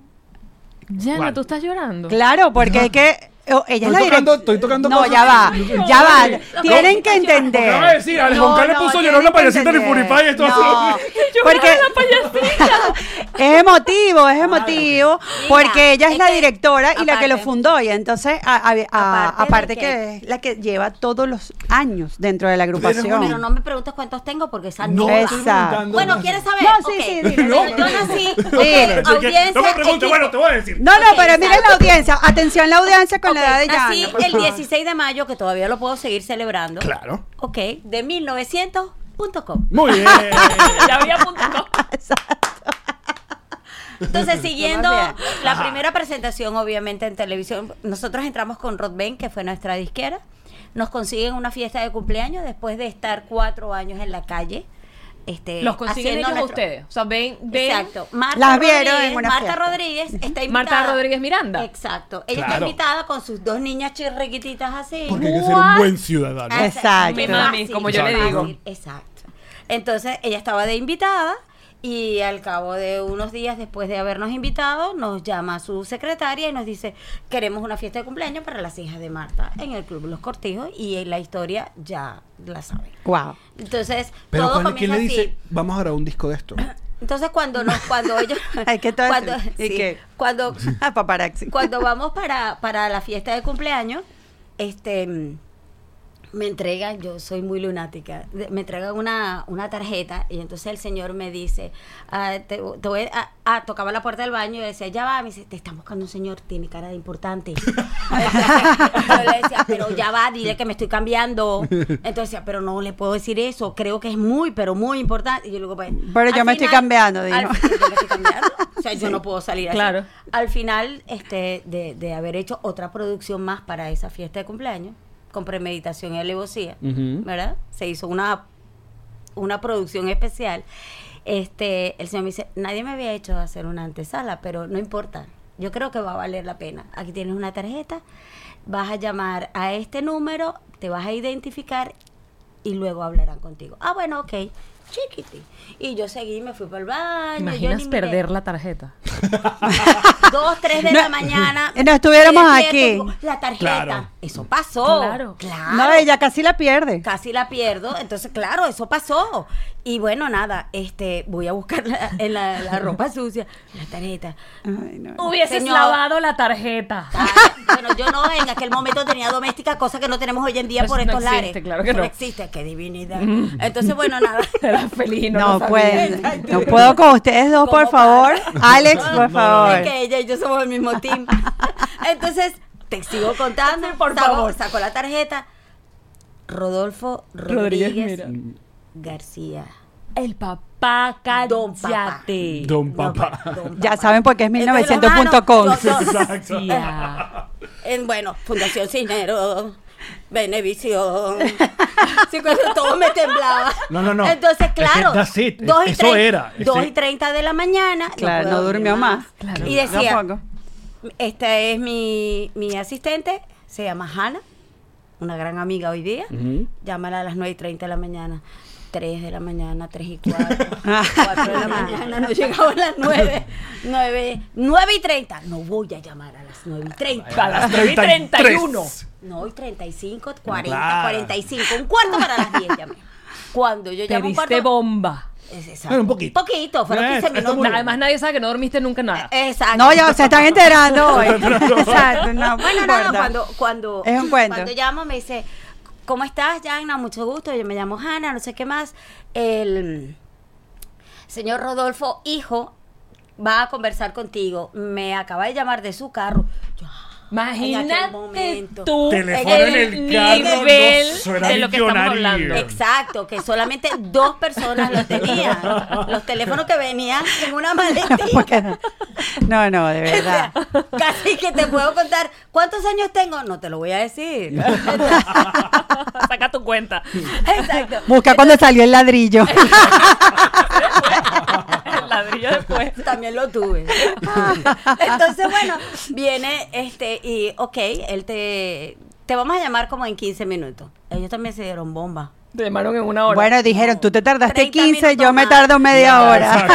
Speaker 5: Eh,
Speaker 2: Yana,
Speaker 4: ¿Cuál?
Speaker 2: ¿tú estás llorando?
Speaker 6: Claro, porque es que oh, ella
Speaker 4: Estoy
Speaker 6: es la direct-
Speaker 4: tocando- estoy tocando
Speaker 6: No,
Speaker 4: cosas.
Speaker 6: ya va, ya va.
Speaker 2: Ay,
Speaker 6: Tienen
Speaker 2: no,
Speaker 6: que entender.
Speaker 4: acaba de decir, Alex González puso lloró
Speaker 6: tienen
Speaker 4: la
Speaker 6: que
Speaker 4: payasita en el
Speaker 6: entender.
Speaker 4: Purify, esto
Speaker 6: No,
Speaker 4: hace-
Speaker 6: porque es emotivo, es emotivo, porque ella es
Speaker 5: es
Speaker 6: la
Speaker 5: que-
Speaker 6: directora y la que lo
Speaker 5: aparte-
Speaker 6: fundó y entonces a- a- a- aparte
Speaker 5: Aparte de que-
Speaker 6: que es la que lleva todos los años dentro de la agrupación.
Speaker 5: Pero no me preguntes cuántos tengo porque esa
Speaker 4: No,
Speaker 5: va.
Speaker 4: estoy preguntando.
Speaker 5: Bueno, ¿quieres saber?
Speaker 6: No, sí,
Speaker 5: Ok.
Speaker 6: sí, dile,
Speaker 4: No.
Speaker 5: Yo nací. ok,
Speaker 6: Dile.
Speaker 4: Así que,
Speaker 5: audiencia,
Speaker 4: no me preguntes,
Speaker 5: equipo.
Speaker 4: bueno, te voy a decir.
Speaker 6: No, no,
Speaker 5: Ok,
Speaker 6: pero miren la
Speaker 5: exacto.
Speaker 6: audiencia. Atención la audiencia con
Speaker 5: Ok,
Speaker 6: la edad de
Speaker 5: nací
Speaker 6: Yana. por
Speaker 5: el
Speaker 6: favor.
Speaker 5: 16 de mayo, que todavía lo puedo seguir celebrando.
Speaker 4: pues. Claro.
Speaker 5: Ok, de 1900.com.
Speaker 4: Muy bien.
Speaker 2: Ya había apuntado.
Speaker 5: Entonces, siguiendo
Speaker 6: Más
Speaker 5: la primera presentación, obviamente en televisión, nosotros entramos con Rod Ben, que fue nuestra disquera. Nos consiguen una fiesta de cumpleaños después de estar cuatro años en la calle. Este,
Speaker 2: Los consiguen
Speaker 5: haciendo
Speaker 2: ellos a
Speaker 5: nuestro-
Speaker 2: ustedes. O sea, ven, ven.
Speaker 5: Exacto. Marta
Speaker 6: Las vieron
Speaker 5: Rodríguez,
Speaker 6: en una
Speaker 5: Marta
Speaker 6: fiesta.
Speaker 5: Rodríguez está invitada.
Speaker 2: Marta Rodríguez Miranda.
Speaker 5: Exacto. Ella
Speaker 4: Claro.
Speaker 5: está invitada con sus dos niñas chirriquititas así.
Speaker 4: Porque hay que ser un buen ciudadano.
Speaker 6: Exacto.
Speaker 2: Mi mami, como yo le
Speaker 5: fácil,
Speaker 2: digo.
Speaker 5: Exacto. Entonces ella estaba de invitada y al cabo de unos días después de habernos invitado, nos llama su secretaria y nos dice, queremos una fiesta de cumpleaños para las hijas de Marta en el Club Los Cortijos y la historia ya la saben.
Speaker 6: Wow.
Speaker 5: Entonces,
Speaker 4: Pero
Speaker 5: todo
Speaker 4: cuando- ¿quién
Speaker 5: comienza
Speaker 4: le
Speaker 5: así.
Speaker 4: dice, vamos a grabar un disco de esto?
Speaker 5: Entonces cuando nos, cuando ellos
Speaker 6: Ay, ¿qué tal?
Speaker 5: cuando,
Speaker 6: ¿Y
Speaker 5: sí,
Speaker 6: qué?
Speaker 5: cuando
Speaker 6: Ah, paparazzi.
Speaker 5: cuando vamos para, para la fiesta de cumpleaños, este mm, me entregan, yo soy muy lunática, de- me entregan una, una tarjeta y entonces el señor me dice, ah, te- te voy a- ah, tocaba la puerta del baño y decía, ya va, me dice, te están buscando un señor, tiene cara de importante. Entonces, yo le decía, pero ya va, dile que me estoy cambiando. Entonces decía, pero no le puedo decir eso, creo que es muy, pero muy importante. Y yo le digo, pues,
Speaker 6: Pero yo
Speaker 5: al
Speaker 6: me estoy cambiando,
Speaker 5: al
Speaker 6: dijo.
Speaker 5: fin- yo me estoy cambiando. O sea, yo no puedo salir así.
Speaker 2: Claro.
Speaker 5: Al final este, de, de haber hecho otra producción más para esa fiesta de cumpleaños, con premeditación y alevosía,
Speaker 4: Ujú.
Speaker 5: ¿verdad? Se hizo una, una producción especial. Este, el señor me dice, nadie me había hecho hacer una antesala, pero no importa. Yo creo que va a valer la pena. Aquí tienes una tarjeta, vas a llamar a este número, te vas a identificar y luego hablarán contigo. Ah, bueno, ok. Chiquiti. Y yo seguí, me fui para el
Speaker 2: ¿Te
Speaker 5: baño. yo ni
Speaker 2: imaginas
Speaker 5: me-
Speaker 2: perder la tarjeta?
Speaker 5: Dos, tres de
Speaker 6: No,
Speaker 5: la mañana.
Speaker 6: no estuviéramos
Speaker 5: despierto,
Speaker 6: aquí.
Speaker 5: digo, La tarjeta.
Speaker 4: Claro.
Speaker 5: Eso pasó.
Speaker 2: Claro.
Speaker 5: Claro.
Speaker 6: No, ella casi la pierde.
Speaker 5: Casi la pierdo. Entonces, claro, eso pasó. Y bueno, nada, este, voy a buscar la, en la, la ropa sucia, la tarjeta.
Speaker 6: Ay, no.
Speaker 2: Hubieses
Speaker 5: Señor.
Speaker 2: lavado la tarjeta.
Speaker 5: Ah, Bueno, yo no, en aquel momento tenía doméstica, cosa que no tenemos hoy en día
Speaker 2: Pues
Speaker 5: por
Speaker 2: no
Speaker 5: estos
Speaker 2: existe,
Speaker 5: lares.
Speaker 2: claro que
Speaker 5: Eso
Speaker 2: no.
Speaker 5: existe, qué divinidad. Entonces, bueno, nada.
Speaker 2: Era feliz, y no,
Speaker 6: No,
Speaker 2: lo sabía.
Speaker 6: pueden. No puedo con ustedes dos, Oh, por
Speaker 5: ¿Cómo
Speaker 6: favor.
Speaker 5: para?
Speaker 6: Alex, por favor.
Speaker 5: Es que ella y yo somos el mismo team. Entonces, te sigo contando.
Speaker 2: por
Speaker 5: Saco-
Speaker 2: favor.
Speaker 5: Sacó la tarjeta. Rodolfo Rodríguez,
Speaker 2: Rodríguez, mira.
Speaker 5: García.
Speaker 2: El papá cállate.
Speaker 5: Don papá.
Speaker 4: Don
Speaker 5: No, pues,
Speaker 4: papá.
Speaker 5: pa- don
Speaker 6: Ya
Speaker 5: papá.
Speaker 6: saben por qué es
Speaker 5: Entonces,
Speaker 6: 1900.com.
Speaker 5: hermano, yo- yo-
Speaker 2: Tía.
Speaker 5: en, bueno, Fundación Cisnero, Benevisión. Sí, cuando todo me temblaba.
Speaker 4: No, no, no.
Speaker 5: Entonces,
Speaker 4: Es que
Speaker 5: claro.
Speaker 4: that's it.
Speaker 5: dos y
Speaker 4: Eso
Speaker 5: trein-
Speaker 4: era.
Speaker 5: Dos
Speaker 4: Ese-
Speaker 5: y 30 de la mañana.
Speaker 6: Claro,
Speaker 5: puedo
Speaker 6: no
Speaker 5: dormir
Speaker 6: durmió más.
Speaker 2: Claro.
Speaker 5: Y decía,
Speaker 6: Tampoco.
Speaker 5: Esta es mi, mi asistente, se llama Hanna, una gran amiga hoy día. Llámala a las 9 y 30 de la mañana, 3 de la mañana, 3 y 4, 4 de la mañana, no llegaba a las 9, 9, 9 y 30. No voy a llamar a las 9 y 30.
Speaker 2: A las 9 y 31.
Speaker 5: No, y 35, 40,
Speaker 4: Claro.
Speaker 5: 45, un cuarto para las 10 llamé. Cuando yo
Speaker 2: Te
Speaker 5: llamo un
Speaker 2: diste
Speaker 5: cuarto...
Speaker 2: bomba.
Speaker 5: es exacto.
Speaker 4: Bueno, un poquito.
Speaker 5: Poquito, fueron
Speaker 4: Eh,
Speaker 5: 15
Speaker 4: está muy
Speaker 5: minutos.
Speaker 4: bien.
Speaker 2: Además, nadie sabe que no dormiste nunca nada.
Speaker 5: Exacto.
Speaker 6: No, ya se están enterando hoy. Exacto, no,
Speaker 5: Ah, Bueno, no, no,
Speaker 6: importa.
Speaker 5: cuando, cuando,
Speaker 6: Es un cuento.
Speaker 5: cuando llamo me dice, ¿cómo estás, Yana? Mucho gusto, yo me llamo Hanna, no sé qué más. El señor Rodolfo, hijo, va a conversar contigo. Me acaba de llamar de su carro. Yo, "Ah, En aquel
Speaker 2: Imagínate
Speaker 5: momento.
Speaker 2: tú
Speaker 4: Teléfono en el carro, no,
Speaker 2: nivel
Speaker 4: eso era
Speaker 2: de lo que estamos
Speaker 4: millonario.
Speaker 2: hablando.
Speaker 5: Exacto, que solamente dos personas los tenían. Los teléfonos que venían en una maletita.
Speaker 6: Porque no. No, no, de
Speaker 5: O sea,
Speaker 6: verdad.
Speaker 5: Casi que te puedo contar cuántos años tengo, no te lo voy a decir.
Speaker 2: Saca tu cuenta.
Speaker 5: Exacto.
Speaker 6: Busca cuando salió el ladrillo.
Speaker 2: el ladrillo después.
Speaker 5: También lo tuve. Entonces, bueno, viene este y, ok, él te, te vamos a llamar como en 15 minutos. Ellos también se dieron bomba.
Speaker 2: Te llamaron en una hora.
Speaker 6: Bueno, dijeron, tú te tardaste
Speaker 5: 30
Speaker 6: 15,
Speaker 5: minutos
Speaker 6: yo me
Speaker 5: más.
Speaker 6: tardo media hora.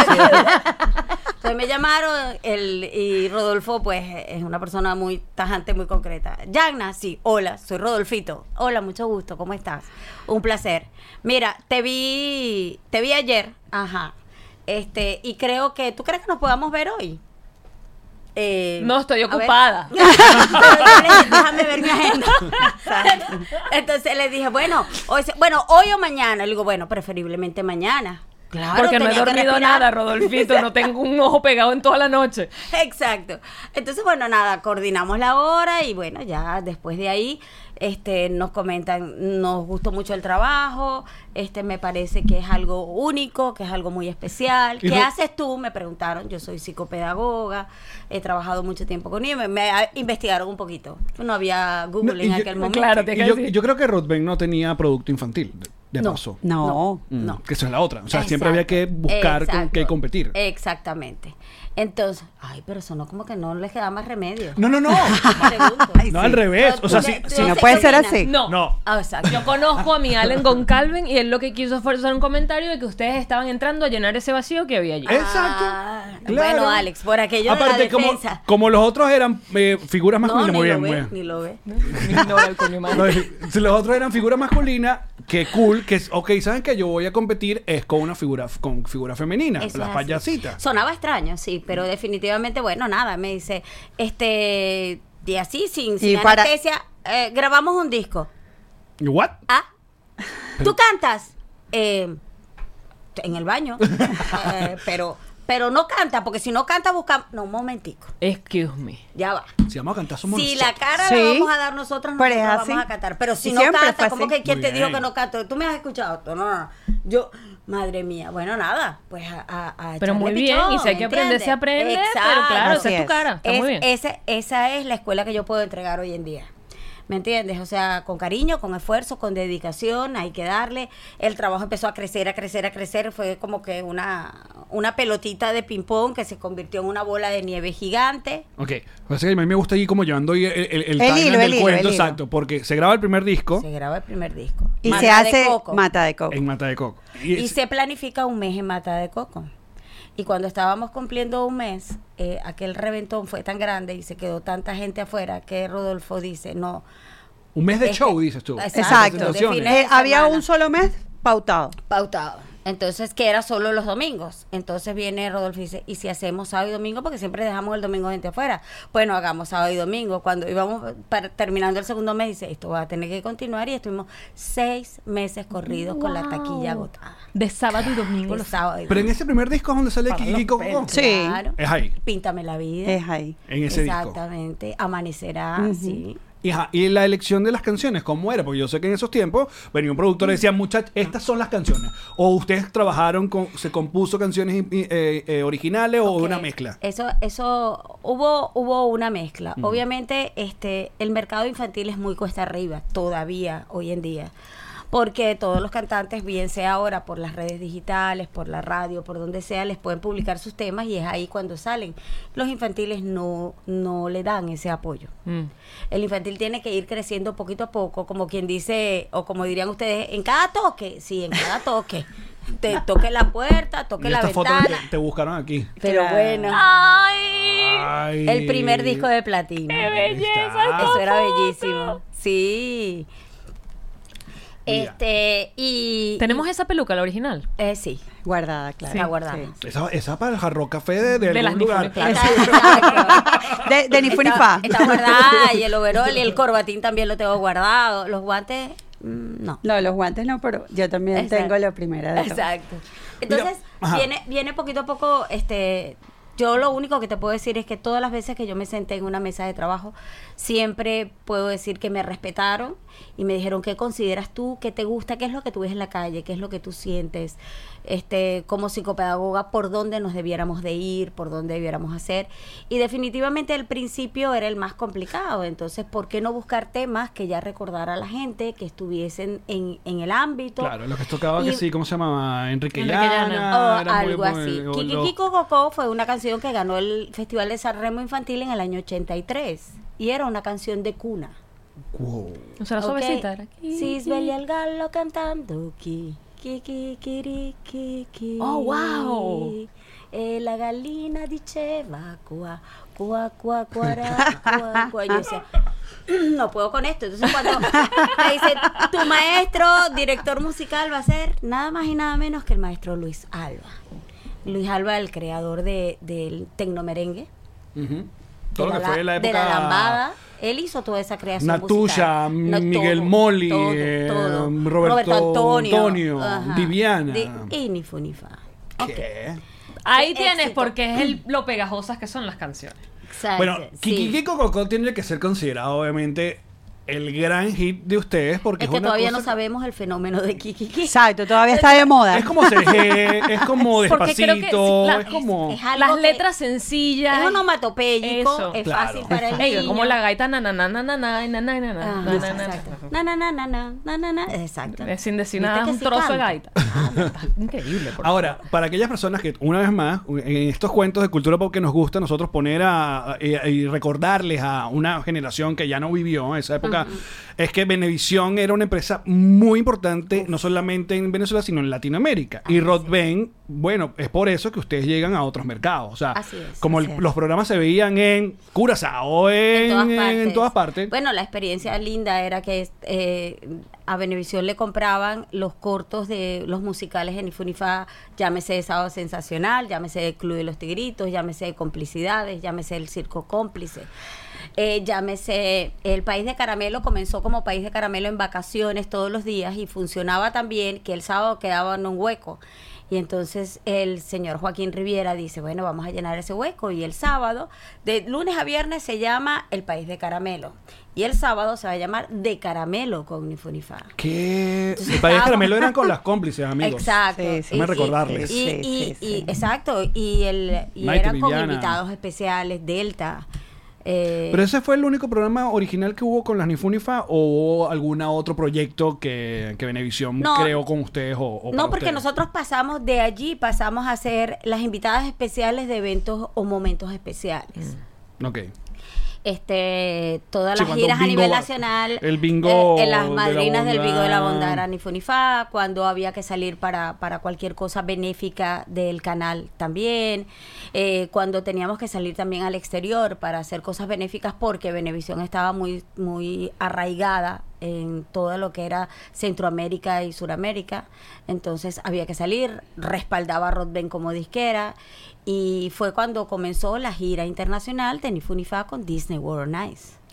Speaker 5: Entonces me llamaron el, y Rodolfo, pues, es una persona muy tajante, muy concreta. Yagna, sí, hola, soy Rodolfito. Hola, mucho gusto, ¿cómo estás? Un placer. Mira, te vi, te vi ayer, ajá. Este, y creo que, ¿tú crees que nos podamos ver hoy? Eh,
Speaker 2: No, estoy
Speaker 5: a ver.
Speaker 2: ocupada.
Speaker 5: Pero yo le dije, Déjame ver mi agenda. Entonces le dije, bueno, hoy, se- bueno, hoy o mañana. Le digo, bueno, preferiblemente mañana. Claro,
Speaker 2: Porque no he
Speaker 5: tenía que
Speaker 2: dormido
Speaker 5: respirar.
Speaker 2: nada, Rodolfito. No tengo un ojo pegado en toda la noche.
Speaker 5: Exacto. Entonces, bueno, nada, coordinamos la hora y bueno, ya después de ahí este, nos comentan, nos gustó mucho el trabajo, este, me parece que es algo único, que es algo muy especial.
Speaker 4: Y
Speaker 5: ¿Qué
Speaker 4: no-
Speaker 5: haces tú? Me preguntaron, yo soy psicopedagoga, he trabajado mucho tiempo con ellos, me, me, ah, investigaron un poquito. No había Google
Speaker 4: No, y
Speaker 5: en
Speaker 4: yo-
Speaker 5: aquel momento.
Speaker 2: Claro, te
Speaker 4: Y
Speaker 2: que
Speaker 4: yo,
Speaker 2: decir.
Speaker 4: yo creo que Rodben no tenía producto infantil. de
Speaker 5: No.
Speaker 4: paso.
Speaker 6: No.
Speaker 4: Mm,
Speaker 5: no.
Speaker 4: Que eso es la otra. O sea, siempre había que
Speaker 5: Exacto,
Speaker 4: buscar con
Speaker 5: exacto. Eh,
Speaker 4: qué competir.
Speaker 5: Exactamente. Entonces, ay, pero sonó como que no les queda más remedio.
Speaker 4: No, no, no.
Speaker 5: Pregunto.
Speaker 6: Ay,
Speaker 4: No, al revés. O sea,
Speaker 5: Tú-
Speaker 4: si,
Speaker 5: tú-
Speaker 4: si-
Speaker 6: Si no
Speaker 5: sé
Speaker 6: puede
Speaker 5: qué
Speaker 6: ser
Speaker 5: opinas.
Speaker 6: así.
Speaker 2: No.
Speaker 4: No.
Speaker 5: Ah, exacto.
Speaker 2: Yo conozco a mi Allen Goncalven y él lo que quiso fue hacer un comentario de que ustedes estaban entrando a llenar ese vacío que había allí.
Speaker 4: Eh. Exacto.
Speaker 5: Ah,
Speaker 4: Claro.
Speaker 5: Bueno, Alex, por aquello
Speaker 4: Aparte,
Speaker 5: de la
Speaker 4: como,
Speaker 5: defensa.
Speaker 4: como los otros eran eh, figuras
Speaker 5: no,
Speaker 4: masculinas,
Speaker 5: ni
Speaker 4: muy
Speaker 5: lo
Speaker 4: bien,
Speaker 5: ve,
Speaker 4: muy bien.
Speaker 5: ni lo ve.
Speaker 2: No, el coño madre.
Speaker 4: No, eh, si los otros eran figuras masculinas, qué cool, que es, ok, ¿saben que Yo voy a competir es con una figura, con figura femenina,
Speaker 5: Eso
Speaker 4: las
Speaker 5: es así.
Speaker 4: payasitas.
Speaker 5: Sonaba extraño, sí, pero definitivamente, bueno, nada, me dice, este, de así, sin, sin
Speaker 6: para-
Speaker 5: anestesia, eh, grabamos un disco.
Speaker 4: ¿What?
Speaker 5: Ah, ¿tú cantas? Eh, en el baño, Eh, pero, pero no canta, porque si no canta, buscamos, no, un momentico,
Speaker 2: Excuse me.
Speaker 5: ya va.
Speaker 4: Si vamos a cantar, somos
Speaker 5: si la
Speaker 4: nosotros.
Speaker 5: cara
Speaker 6: Sí.
Speaker 5: la vamos a dar nosotras,
Speaker 6: Pero es
Speaker 5: nosotras
Speaker 6: así.
Speaker 5: vamos a cantar. Pero si
Speaker 6: Y
Speaker 5: no
Speaker 6: siempre fue
Speaker 5: canta, ¿cómo
Speaker 6: así.
Speaker 5: que quién
Speaker 4: Muy
Speaker 5: te dijo
Speaker 4: bien.
Speaker 5: que no canto? Tú me has escuchado. No, no, no. Yo, madre mía. Bueno, nada. Pues a, a, a
Speaker 2: Pero
Speaker 5: echarle
Speaker 2: muy bien, y si hay que aprender,
Speaker 5: ¿entiendes?
Speaker 2: se aprende, pero
Speaker 5: Exacto.
Speaker 2: claro,
Speaker 6: Así
Speaker 2: esa es tu
Speaker 6: es.
Speaker 2: cara. Está
Speaker 5: Es-
Speaker 2: muy bien.
Speaker 5: ese- esa es la escuela que yo puedo entregar hoy en día. ¿Me entiendes? O sea, con cariño, con esfuerzo, con dedicación, hay que darle. El trabajo empezó a crecer, a crecer, a crecer. Fue como que una, una pelotita de ping-pong que se convirtió en una bola de nieve gigante.
Speaker 4: Ok, o sea, que a mí me gusta ir como llevando ahí el, el, el
Speaker 6: El
Speaker 4: timeline
Speaker 6: hilo,
Speaker 4: del
Speaker 6: el hilo,
Speaker 4: cuento,
Speaker 6: el hilo.
Speaker 4: exacto, porque se graba el primer disco
Speaker 5: Se graba el primer disco.
Speaker 6: Y
Speaker 5: Mata
Speaker 6: se
Speaker 5: de
Speaker 6: hace
Speaker 5: Coco.
Speaker 6: mata de coco.
Speaker 4: en Mata de Coco. Y
Speaker 5: Y
Speaker 4: es-
Speaker 5: se planifica un mes en Mata de Coco. Y cuando estábamos cumpliendo un mes, eh, aquel reventón fue tan grande y se quedó tanta gente afuera que Rodolfo dice, no.
Speaker 4: un mes de
Speaker 5: es
Speaker 4: show,
Speaker 5: que-
Speaker 4: dices tú.
Speaker 5: Exacto.
Speaker 4: Presentaciones.
Speaker 5: Define-
Speaker 6: Eh, había
Speaker 5: semana.
Speaker 6: un solo mes pautado.
Speaker 5: pautado. Entonces, que era solo los domingos. Entonces viene Rodolfo y dice, ¿y si hacemos sábado y domingo? Porque siempre dejamos el domingo gente afuera. Bueno, hagamos sábado y domingo. Cuando íbamos para- terminando el segundo mes, dice, esto va a tener que continuar. Y estuvimos seis meses corridos con la taquilla agotada.
Speaker 2: De sábado y domingo
Speaker 5: Los
Speaker 2: los
Speaker 5: sábados y
Speaker 4: Pero en
Speaker 5: domingos.
Speaker 4: ese primer disco es donde sale Kiki Coco.
Speaker 6: Sí.
Speaker 4: Es ahí.
Speaker 5: Píntame la vida.
Speaker 6: Es ahí.
Speaker 4: En ese disco.
Speaker 5: Exactamente. Amanecerá, sí.
Speaker 4: Y, ajá, y la elección de las canciones, ¿cómo era? Porque yo sé que en esos tiempos venía un productor y decía, muchachos, estas son las canciones. O ustedes trabajaron con, se compuso canciones eh, eh, originales o
Speaker 5: Ok.
Speaker 4: una mezcla.
Speaker 5: Eso, eso, hubo, hubo una mezcla. Obviamente, este, el mercado infantil es muy cuesta arriba, todavía, hoy en día. Porque todos los cantantes, bien sea ahora por las redes digitales, por la radio, por donde sea, les pueden publicar sus temas y es ahí cuando salen. Los infantiles no, no le dan ese apoyo.
Speaker 2: Mm.
Speaker 5: El infantil tiene que ir creciendo poquito a poco, como quien dice, o como dirían ustedes, en cada toque, sí, en cada toque. Te toque la puerta, toque
Speaker 4: Y
Speaker 5: la
Speaker 4: esta foto que
Speaker 5: ventana.
Speaker 4: te, te buscaron aquí.
Speaker 5: Pero
Speaker 6: Claro.
Speaker 5: bueno.
Speaker 4: Ay.
Speaker 5: El primer disco de platino.
Speaker 4: Ahí está.
Speaker 5: Eso era bellísimo. Sí.
Speaker 4: Mira.
Speaker 5: Este, y.
Speaker 2: Tenemos esa peluca, la original.
Speaker 5: Eh, sí,
Speaker 6: Guardada, claro.
Speaker 5: la guardamos.
Speaker 4: Esa, esa para el jarro café de, de
Speaker 2: De las
Speaker 4: algún lugar.
Speaker 2: Nifones, claro.
Speaker 5: Está- está-
Speaker 6: Sí. De, de ni fu ni
Speaker 5: está-
Speaker 6: fa.
Speaker 5: está guardada y el overol y el corbatín también lo tengo guardado. Los guantes, mm, no.
Speaker 6: No, los guantes no, pero yo también
Speaker 5: Exacto.
Speaker 6: tengo la primera de todo.
Speaker 5: Exacto. Entonces,
Speaker 4: ajá.
Speaker 5: viene, viene poquito a poco, este, yo lo único que te puedo decir es que todas las veces que yo me senté en una mesa de trabajo, siempre puedo decir que me respetaron y me dijeron qué consideras tú, qué te gusta, qué es lo que tú ves en la calle, qué es lo que tú sientes, este, como psicopedagoga, por dónde nos debiéramos de ir, por dónde debiéramos hacer. Y definitivamente el principio era el más complicado. Entonces, ¿por qué no buscar temas que ya recordara a la gente, que estuviesen en, en el ámbito?
Speaker 4: Claro, los que tocaban que
Speaker 5: Y-
Speaker 4: sí, ¿cómo se llamaba? Enrique,
Speaker 2: Enrique
Speaker 4: Llana,
Speaker 5: o
Speaker 2: Llana.
Speaker 4: Ah, era muy-
Speaker 5: Oh, algo
Speaker 4: muy-
Speaker 5: así.
Speaker 4: o
Speaker 5: Kiki
Speaker 4: los-
Speaker 5: Kiko Coco fue una canción que ganó el Festival de Sanremo Infantil en el año 83 y era una canción de cuna.
Speaker 4: Wow.
Speaker 2: O sea, la
Speaker 5: Ok.
Speaker 2: suavecita. Era aquí.
Speaker 5: Cisbel y el galo cantando ki, ki, ki, kiri, ki, ki.
Speaker 2: Oh, wow.
Speaker 5: Eh, la galina diceva cuá, cuá, cuá, cuará, cuá, cuá. Yo decía, no puedo con esto. Entonces cuando me dicen, tu maestro, director musical, va a ser nada más y nada menos que el maestro Luis Alba. Luis Alba, el creador de, del tecnomerengue.
Speaker 4: Ujú.
Speaker 5: de
Speaker 4: Todo lo que
Speaker 5: la-
Speaker 4: fue la época.
Speaker 5: De la lambada. Él hizo toda esa creación
Speaker 4: Natuya,
Speaker 5: musical. No,
Speaker 4: Miguel
Speaker 5: todo,
Speaker 4: Moli,
Speaker 5: todo,
Speaker 4: eh,
Speaker 5: todo.
Speaker 4: Roberto Antonio,
Speaker 5: ajá.
Speaker 4: Viviana.
Speaker 5: Di- y ni fu ni fa.
Speaker 4: ¿Qué?
Speaker 2: Ahí
Speaker 5: Qué
Speaker 2: tienes,
Speaker 5: éxito.
Speaker 2: porque es el- lo pegajosas que son las canciones.
Speaker 5: Exacto,
Speaker 4: Bueno,
Speaker 5: sí.
Speaker 4: Kiki Kiko Coco tiene que ser considerado, obviamente, el gran hit de ustedes porque
Speaker 5: Es
Speaker 4: es,
Speaker 5: que
Speaker 4: una
Speaker 5: todavía
Speaker 4: cosa-
Speaker 5: no sabemos el fenómeno de Kiki Kiki.
Speaker 6: Exacto, todavía está de moda.
Speaker 4: Es como CG, es como
Speaker 2: Porque creo que-
Speaker 4: despacito,
Speaker 2: sí, claro,
Speaker 4: es como.
Speaker 5: es- es algo
Speaker 2: Las
Speaker 5: que-
Speaker 2: letras sencillas.
Speaker 5: Es onomatopéyico,
Speaker 2: Eso.
Speaker 5: es
Speaker 4: Claro.
Speaker 5: fácil para el
Speaker 2: Ey,
Speaker 5: niño.
Speaker 2: como la gaita na na na na na na na na na
Speaker 5: Ah,
Speaker 2: na na na
Speaker 5: exacto.
Speaker 2: na.
Speaker 5: Na, na, na, na, na, na, na, na. Exacto.
Speaker 2: Es sin decir
Speaker 5: ¿Viste
Speaker 2: nada, es
Speaker 5: que
Speaker 2: un
Speaker 5: sí
Speaker 2: trozo de
Speaker 5: canta?
Speaker 2: gaita. Ah, Increíble. por
Speaker 4: Ahora, para aquellas personas que, una vez más, en estos cuentos de cultura pop que nos gusta nosotros poner a, a- eh, y recordarles a una generación que ya no vivió esa época, es que Venevisión era una empresa muy importante, no solamente en Venezuela, sino en Latinoamérica. y Rodben, bueno, es por eso que ustedes llegan a otros mercados. O sea,
Speaker 5: Así es,
Speaker 4: como
Speaker 5: así
Speaker 4: el-
Speaker 5: es.
Speaker 4: los programas se veían en Curazao, en, en todas partes.
Speaker 5: Bueno, la experiencia linda era que eh, a Venevisión le compraban los cortos de los musicales en Ifunifa, llámese de Sábado Sensacional, llámese el Club de los Tigritos, llámese de Complicidades, llámese el Circo Cómplice. eh, llámese el País de Caramelo, comenzó como País de Caramelo en vacaciones todos los días y funcionaba también que el sábado quedaba en un hueco. Y entonces el señor Joaquín Riviera dice, bueno, vamos a llenar ese hueco. Y el sábado, de lunes a viernes, se llama El País de Caramelo. Y el sábado se va a llamar De Caramelo con Unifunifá.
Speaker 4: que
Speaker 5: Entonces
Speaker 4: El país
Speaker 5: estábamos-
Speaker 4: caramelo eran con las cómplices, amigos.
Speaker 5: Exacto.
Speaker 6: Sí, sí,
Speaker 4: Déjame
Speaker 5: Y-
Speaker 4: recordarles.
Speaker 5: Y, y-
Speaker 6: Sí, sí,
Speaker 5: y-
Speaker 6: sí.
Speaker 5: Exacto. Y, el, y
Speaker 4: Maite,
Speaker 5: eran con
Speaker 4: Viviana.
Speaker 5: invitados especiales, Delta. eh,
Speaker 4: Pero ese fue el único programa original que hubo con las Nifunifa o hubo algún otro proyecto que, que Venevisión
Speaker 5: No.
Speaker 4: creó con ustedes o, o para
Speaker 5: No, porque
Speaker 4: ustedes?
Speaker 5: nosotros pasamos de allí, pasamos a ser las invitadas especiales de eventos o momentos
Speaker 6: Mm.
Speaker 5: especiales.
Speaker 4: Ok.
Speaker 5: Este, todas
Speaker 4: Sí,
Speaker 5: las
Speaker 4: cuando
Speaker 5: giras
Speaker 4: un
Speaker 5: a
Speaker 4: bingo
Speaker 5: nivel
Speaker 4: va-
Speaker 5: nacional.
Speaker 4: el bingo
Speaker 5: eh, en
Speaker 4: de
Speaker 5: las
Speaker 4: la
Speaker 5: madrinas del bingo de la
Speaker 4: bondad.
Speaker 5: bondad eran y Funifá, cuando había que salir para, para cualquier cosa benéfica del canal también, eh, cuando teníamos que salir también al exterior para hacer cosas benéficas porque Benevisión estaba muy, muy arraigada en todo lo que era Centroamérica y Suramérica, entonces había que salir, respaldaba a Rodben como disquera y fue cuando comenzó la gira internacional de Nifunifá con Disney World on Ice.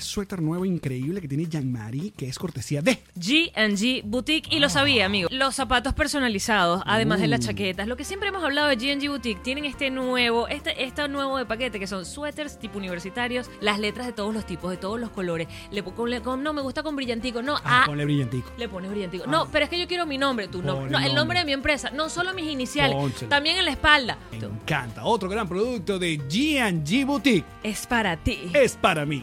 Speaker 4: suéter nuevo increíble que tiene Jean-Marie, que es cortesía de...
Speaker 7: G&G Boutique y lo sabía, amigo. Los zapatos personalizados, además de las chaquetas, lo que siempre hemos hablado de G&G Boutique, tienen este nuevo, este, este nuevo de paquete que son suéteres tipo universitarios, las letras de todos los tipos, de todos los colores. Le pongo le- con- no me gusta con brillantico, no,
Speaker 4: Ah,
Speaker 7: ah,
Speaker 4: ponle brillantico.
Speaker 7: le pones brillantico. No, pero es que yo quiero mi nombre, tu nombre,
Speaker 4: Ponle
Speaker 7: no, el
Speaker 4: nombre.
Speaker 7: nombre de mi empresa, no solo mis iniciales,
Speaker 4: Pónselo.
Speaker 7: también en la espalda.
Speaker 4: Me encanta. Otro gran producto de G&G Boutique.
Speaker 7: Es para ti.
Speaker 4: es para mí.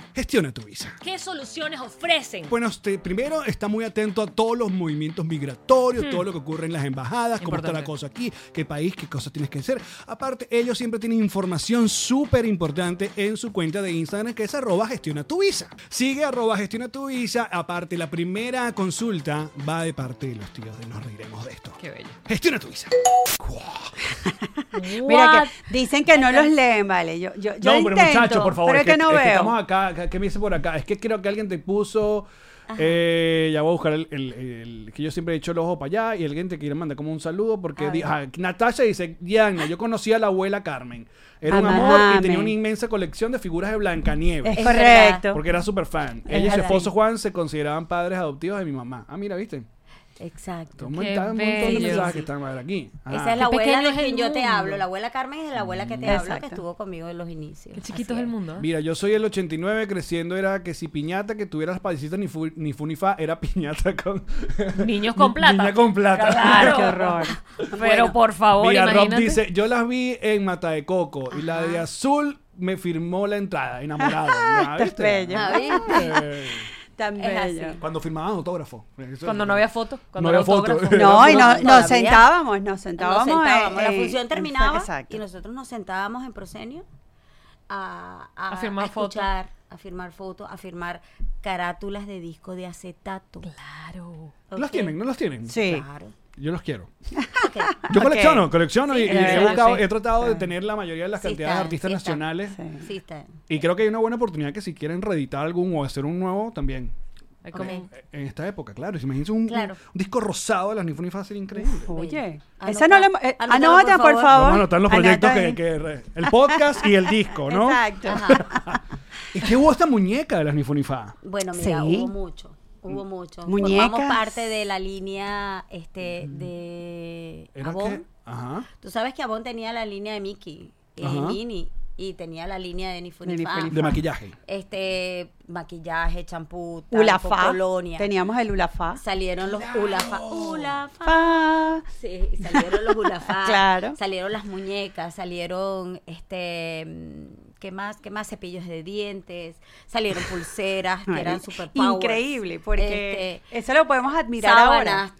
Speaker 4: gestiona tu visa.
Speaker 7: ¿Qué soluciones ofrecen?
Speaker 4: Bueno, usted primero está muy atento a todos los movimientos migratorios, todo lo que ocurre en las embajadas, cómo está la
Speaker 7: Hmm. Importante.
Speaker 4: cosa aquí, qué país, qué cosas tienes que hacer. Aparte, ellos siempre tienen información súper importante en su cuenta de Instagram, que es arroba gestiona tu visa. Sigue arroba gestiona tu visa. Aparte, la primera consulta va de parte de los tíos de Nos Reiremos de esto.
Speaker 7: Qué bello.
Speaker 4: Gestiona tu visa.
Speaker 6: Mira, que dicen que no los leen, vale. Yo, yo, yo
Speaker 4: no, pero
Speaker 6: intento,
Speaker 4: muchachos, por favor.
Speaker 6: Pero
Speaker 4: es
Speaker 6: es que, no
Speaker 4: es
Speaker 6: veo.
Speaker 4: estamos acá. que- ¿Qué me dice por acá? Es que creo que alguien te puso. eh, ya voy a buscar el, el- el- que yo siempre he hecho el ojo para allá y alguien te quiere mandar como un saludo porque di- ah, Natasha dice Diana yo conocí a la abuela Carmen era un amor y
Speaker 6: Amame.
Speaker 4: tenía una inmensa colección de figuras de Blancanieves
Speaker 6: Es,
Speaker 5: Es
Speaker 6: correcto.
Speaker 4: porque era súper fan
Speaker 5: Es
Speaker 4: ella y su
Speaker 5: verdad.
Speaker 4: esposo Juan se consideraban padres adoptivos de mi mamá ah mira viste
Speaker 5: Exacto.
Speaker 4: un
Speaker 7: Qué
Speaker 4: montón, un montón de
Speaker 7: bello.
Speaker 4: mensajes
Speaker 5: Sí.
Speaker 4: que están aquí Ah.
Speaker 5: Esa es la
Speaker 2: Qué
Speaker 5: abuela
Speaker 2: pequeño
Speaker 5: de
Speaker 2: es el
Speaker 5: quien yo te
Speaker 2: mundo.
Speaker 5: hablo. La abuela Carmen es la abuela que te hablo, que
Speaker 6: Exacto.
Speaker 5: estuvo conmigo en los inicios.
Speaker 7: Qué chiquito
Speaker 5: Así
Speaker 7: es el
Speaker 5: es.
Speaker 2: Ah.
Speaker 7: mundo. ¿eh?
Speaker 4: Mira, yo soy el 89, creciendo era que si piñata que tuviera las palicitas ni, fu, ni fu ni fa, era piñata con...
Speaker 2: Niños con plata.
Speaker 4: Niña con plata.
Speaker 2: Claro.
Speaker 6: Qué horror.
Speaker 2: Pero por favor,
Speaker 4: Mira, Rob
Speaker 2: imagínate.
Speaker 4: dice, yo las vi en Mata de Coco y la de azul me firmó la entrada, enamorado. ¿Ya
Speaker 6: Estás
Speaker 4: viste?
Speaker 6: bella.
Speaker 5: Ah, ¿viste?
Speaker 4: Eh,
Speaker 6: Tan
Speaker 5: Es así.
Speaker 6: bello.
Speaker 4: Cuando firmaban autógrafo. Eso-
Speaker 2: Cuando no había fotos.
Speaker 4: Pues
Speaker 2: Cuando
Speaker 4: No había
Speaker 2: era autógrafo.
Speaker 4: foto.
Speaker 6: No, y no,
Speaker 5: Todavía.
Speaker 6: nos sentábamos, nos
Speaker 5: Nos
Speaker 6: sentábamos.
Speaker 5: sentábamos,
Speaker 6: eh,
Speaker 5: la
Speaker 6: eh,
Speaker 5: función
Speaker 6: en-
Speaker 5: terminaba
Speaker 6: Exacto.
Speaker 5: y nosotros nos sentábamos en proscenio a,
Speaker 2: A firmar fotos.
Speaker 5: escuchar, a firmar fotos, a firmar carátulas de disco de acetato.
Speaker 7: Claro.
Speaker 4: ¿Los
Speaker 5: ¿ok?
Speaker 4: tienen? ¿No los tienen?
Speaker 6: Sí.
Speaker 5: Claro.
Speaker 4: Yo los quiero.
Speaker 5: Ok.
Speaker 4: Yo colecciono, colecciono y,
Speaker 5: Sí,
Speaker 4: y
Speaker 5: claro,
Speaker 4: he,
Speaker 2: Ah, sí.
Speaker 4: buscado- he tratado de tener la mayoría de las
Speaker 5: Sí
Speaker 4: cantidades de
Speaker 5: está,
Speaker 4: artistas
Speaker 5: sí está.
Speaker 4: nacionales.
Speaker 5: Sí, está.
Speaker 4: Y creo que hay una buena oportunidad que si quieren reeditar algún o hacer un nuevo, también.
Speaker 2: Hay como-
Speaker 5: Ok.
Speaker 4: En esta época, claro. Si imagínense un,
Speaker 5: Claro.
Speaker 4: un disco rosado de las Nifunifa va a ser increíble.
Speaker 6: Oye,
Speaker 5: Anota-
Speaker 6: esa no la hemos- eh,
Speaker 5: anótalo,
Speaker 6: anota,
Speaker 5: por
Speaker 6: por
Speaker 5: favor.
Speaker 6: favor.
Speaker 4: Vamos a anotar los proyectos
Speaker 6: Anota
Speaker 4: que,
Speaker 6: ahí.
Speaker 4: que re- El podcast y el disco, ¿no?
Speaker 6: Exacto.
Speaker 4: Es que hubo esta muñeca de las Nifunifa.
Speaker 5: Bueno, mira,
Speaker 6: Sí.
Speaker 5: hubo mucho. Hubo mucho.
Speaker 6: Muñecas.
Speaker 5: Formamos parte de la línea este de
Speaker 4: Era que.
Speaker 5: Avon.
Speaker 4: Ajá.
Speaker 5: Tú sabes que Avon tenía la línea de Mickey y
Speaker 4: Ajá.
Speaker 5: Minnie y tenía la línea de
Speaker 6: De
Speaker 5: Nifunifá.
Speaker 6: Nifunifá.
Speaker 4: De maquillaje.
Speaker 5: Este maquillaje, champú, talco,
Speaker 6: Ulafa.
Speaker 5: colonia.
Speaker 6: Teníamos el Ulafa.
Speaker 5: Salieron los Ulafa. Ulafa.
Speaker 6: Fa.
Speaker 5: Sí, y salieron los hulafás,
Speaker 6: Claro.
Speaker 5: salieron las muñecas, salieron este mm, ¿qué más? ¿Qué más? Cepillos de dientes, salieron pulseras que eran
Speaker 6: Marica,
Speaker 5: super Este,
Speaker 6: Increíble, porque Este, eso lo podemos admirar
Speaker 5: sábanas,
Speaker 6: ahora.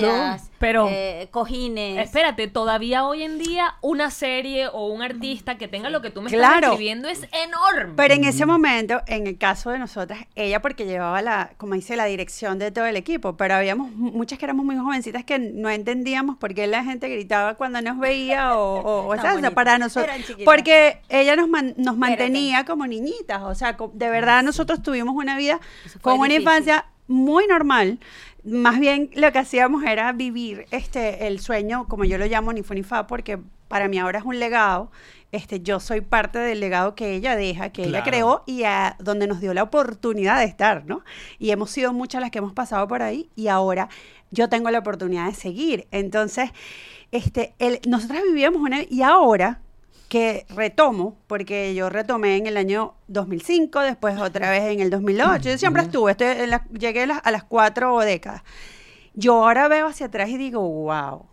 Speaker 5: toallas,
Speaker 2: pero-
Speaker 5: eh, cojines.
Speaker 2: Espérate, todavía hoy en día una serie o un artista que tenga lo que tú me
Speaker 6: Claro.
Speaker 2: estás escribiendo es enorme.
Speaker 6: Pero en ese momento, en el caso de nosotras, ella porque llevaba la, como dice, la dirección de todo el equipo, pero habíamos mu- muchas que éramos muy jovencitas que no entendíamos por qué la gente gritaba cuando nos veía o, o, o
Speaker 5: Tan
Speaker 6: sea,
Speaker 5: bonitas.
Speaker 6: para nosotros.
Speaker 5: Eran chiquitas.
Speaker 6: Porque ella nos, man- nos mantenía como niñitas, o sea, co- de verdad nosotros tuvimos una vida
Speaker 5: Eso fue
Speaker 6: con una
Speaker 5: difícil.
Speaker 6: infancia muy normal. Más bien lo que hacíamos era vivir este el sueño, como yo lo llamo, ni fu ni fa, porque para mí ahora es un legado. Este, yo soy parte del legado que ella deja, que ella
Speaker 4: Claro.
Speaker 6: creó y a, donde nos dio la oportunidad de estar, ¿no? Y hemos sido muchas las que hemos pasado por ahí y ahora yo tengo la oportunidad de seguir. Entonces, este, el, nosotras vivíamos una... Y ahora que retomo, porque yo retomé en el año 2005, después otra vez en el 2008, yo siempre estuve, estoy en la- llegué a las, a las cuatro décadas. Yo ahora veo hacia atrás y digo, wow.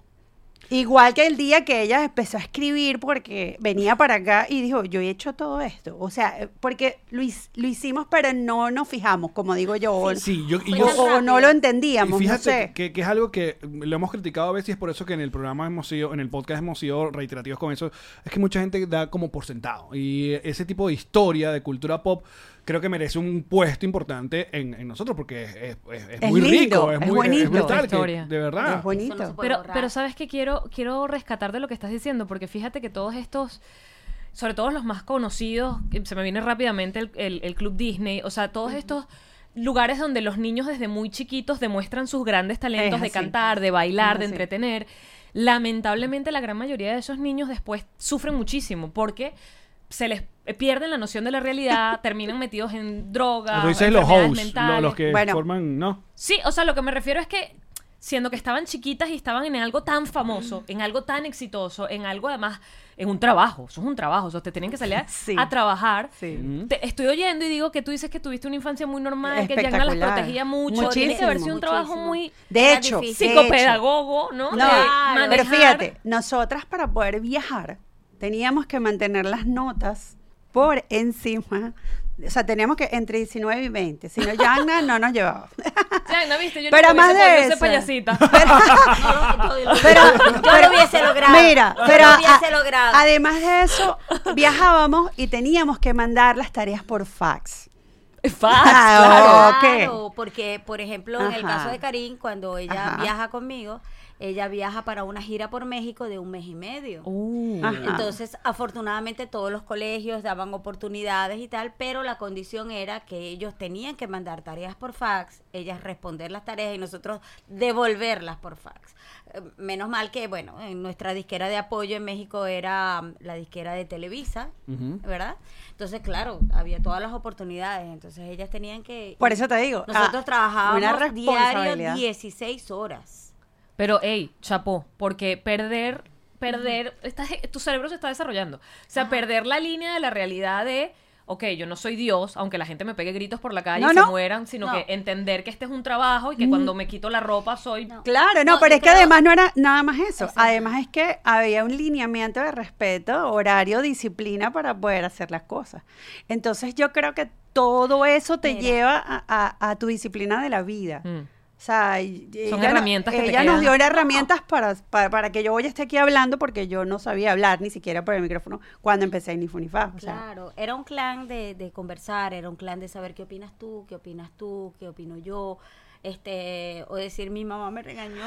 Speaker 6: Igual que el día que ella empezó a escribir porque venía para acá y dijo, yo he hecho todo esto. O sea, eh, porque lo, his- lo hicimos, pero no nos fijamos, como digo yo, o,
Speaker 4: Sí, yo. y
Speaker 6: o-
Speaker 4: yo-
Speaker 5: Fue tan
Speaker 6: o no lo entendíamos,
Speaker 4: Y
Speaker 6: no
Speaker 4: fíjate
Speaker 6: sé.
Speaker 4: que, que es algo que lo hemos criticado a veces y es por eso que en el programa hemos sido, en el podcast hemos sido reiterativos con eso. Es que mucha gente da como por sentado. Y ese tipo de historia, de cultura pop, creo que merece un puesto importante en, en nosotros porque es, es- es- es
Speaker 6: Es
Speaker 4: muy
Speaker 6: lindo,
Speaker 4: rico, es,
Speaker 6: es
Speaker 4: muy
Speaker 6: bonito.
Speaker 4: brutal,
Speaker 2: La historia.
Speaker 4: que- de verdad.
Speaker 6: Es
Speaker 5: Eso no se
Speaker 6: bonito.
Speaker 5: puede
Speaker 2: Pero,
Speaker 5: borrar.
Speaker 2: pero sabes que quiero, quiero rescatar de lo que estás diciendo, porque fíjate que todos estos, sobre todo los más conocidos, que se me viene rápidamente el, el- el Club Disney, o sea, todos estos lugares donde los niños desde muy chiquitos demuestran sus grandes talentos
Speaker 6: Es
Speaker 2: de
Speaker 6: así.
Speaker 2: cantar, de bailar,
Speaker 6: Es
Speaker 2: de
Speaker 6: así.
Speaker 2: entretener. Lamentablemente la gran mayoría de esos niños después sufren muchísimo porque se les eh, pierden la noción de la realidad, terminan metidos en drogas,
Speaker 4: Tú dices los
Speaker 2: enfermedades
Speaker 4: hosts, lo-
Speaker 2: mentales.
Speaker 4: los que
Speaker 6: Bueno.
Speaker 4: forman, ¿no?
Speaker 2: Sí, o sea, lo que me refiero es que siendo que estaban chiquitas y estaban en algo tan famoso, en algo tan exitoso, en algo además, en un trabajo, eso es un trabajo, o sea, te tienen que salir a,
Speaker 6: Sí.
Speaker 2: a trabajar.
Speaker 6: Sí.
Speaker 2: Te- estoy oyendo y digo que tú dices que tuviste una infancia muy normal, que Yagna las
Speaker 6: Espectacular.
Speaker 2: protegía mucho, tiene que haber sido un
Speaker 6: Muchísimo,
Speaker 2: trabajo
Speaker 5: muchísimo.
Speaker 2: muy
Speaker 6: De hecho,
Speaker 5: ah, difícil.
Speaker 6: de hecho.
Speaker 2: psicopedagogo, ¿no?
Speaker 6: No,
Speaker 2: De
Speaker 6: pero
Speaker 2: manejar-
Speaker 6: fíjate, nosotras para poder viajar teníamos que mantener las notas por encima. O sea, teníamos que entre 19 y 20. Si no, Yana no nos llevaba.
Speaker 2: Yagna, viste, yo
Speaker 6: Pero
Speaker 2: nunca
Speaker 6: más
Speaker 2: hubiese
Speaker 6: de
Speaker 2: podido ser
Speaker 6: eso.
Speaker 2: payasita.
Speaker 5: No, yo- yo-
Speaker 6: Pero,
Speaker 5: yo
Speaker 6: pero-
Speaker 5: lo hubiese logrado.
Speaker 6: Mira,
Speaker 5: Yo
Speaker 6: pero ah,
Speaker 5: lo
Speaker 6: a-
Speaker 5: hubiese logrado.
Speaker 6: además de eso, viajábamos y teníamos que mandar las tareas por fax.
Speaker 2: Fácil.
Speaker 6: Ah,
Speaker 5: Claro,
Speaker 6: ok.
Speaker 5: porque por ejemplo en el
Speaker 6: Ajá.
Speaker 5: caso de Karin, cuando ella
Speaker 6: Ajá.
Speaker 5: viaja conmigo, ella viaja para una gira por México de un mes y medio.
Speaker 6: Ajá.
Speaker 5: Entonces, afortunadamente todos los colegios daban oportunidades y tal, pero la condición era que ellos tenían que mandar tareas por fax, ellas responder las tareas y nosotros devolverlas por fax. Eh, Menos mal que, bueno, en nuestra disquera de apoyo en México era mm, la disquera de Televisa, ¿verdad? Entonces, claro, había todas las oportunidades, entonces ellas tenían que...
Speaker 6: Por eso te digo.
Speaker 5: Nosotros
Speaker 6: ah, una
Speaker 5: trabajábamos diario
Speaker 6: responsabilidad.
Speaker 5: 16 horas.
Speaker 2: Pero, hey, chapó, porque perder, perder, estás- e, tu cerebro se está desarrollando. O sea, perder la línea de la realidad de, ok, yo no soy Dios, aunque la gente me pegue gritos por la calle
Speaker 6: No,
Speaker 2: y
Speaker 6: no.
Speaker 2: se mueran, sino
Speaker 5: No.
Speaker 2: que entender que este es un trabajo y que cuando me quito la ropa soy...
Speaker 5: No.
Speaker 6: Claro, no,
Speaker 5: No,
Speaker 6: pero
Speaker 5: yo
Speaker 6: es que
Speaker 5: creo-
Speaker 6: además no era nada más eso. Además es que había un lineamiento de respeto, horario, disciplina para poder hacer las cosas. Entonces yo creo que todo eso te lleva a, a- a tu disciplina de la vida.
Speaker 2: Mm.
Speaker 6: O sea, y- y
Speaker 2: Son
Speaker 6: no-
Speaker 2: herramientas que te
Speaker 6: ella
Speaker 2: quedan.
Speaker 6: nos dio herramientas para, para, para que yo hoy esté aquí hablando porque yo no sabía hablar ni siquiera por el micrófono cuando empecé en Nifunifá. O sea,
Speaker 5: Claro, era un clan de, de conversar, era un clan de saber qué opinas tú, qué opinas tú, qué opino yo. Este, o decir, mi mamá me regañó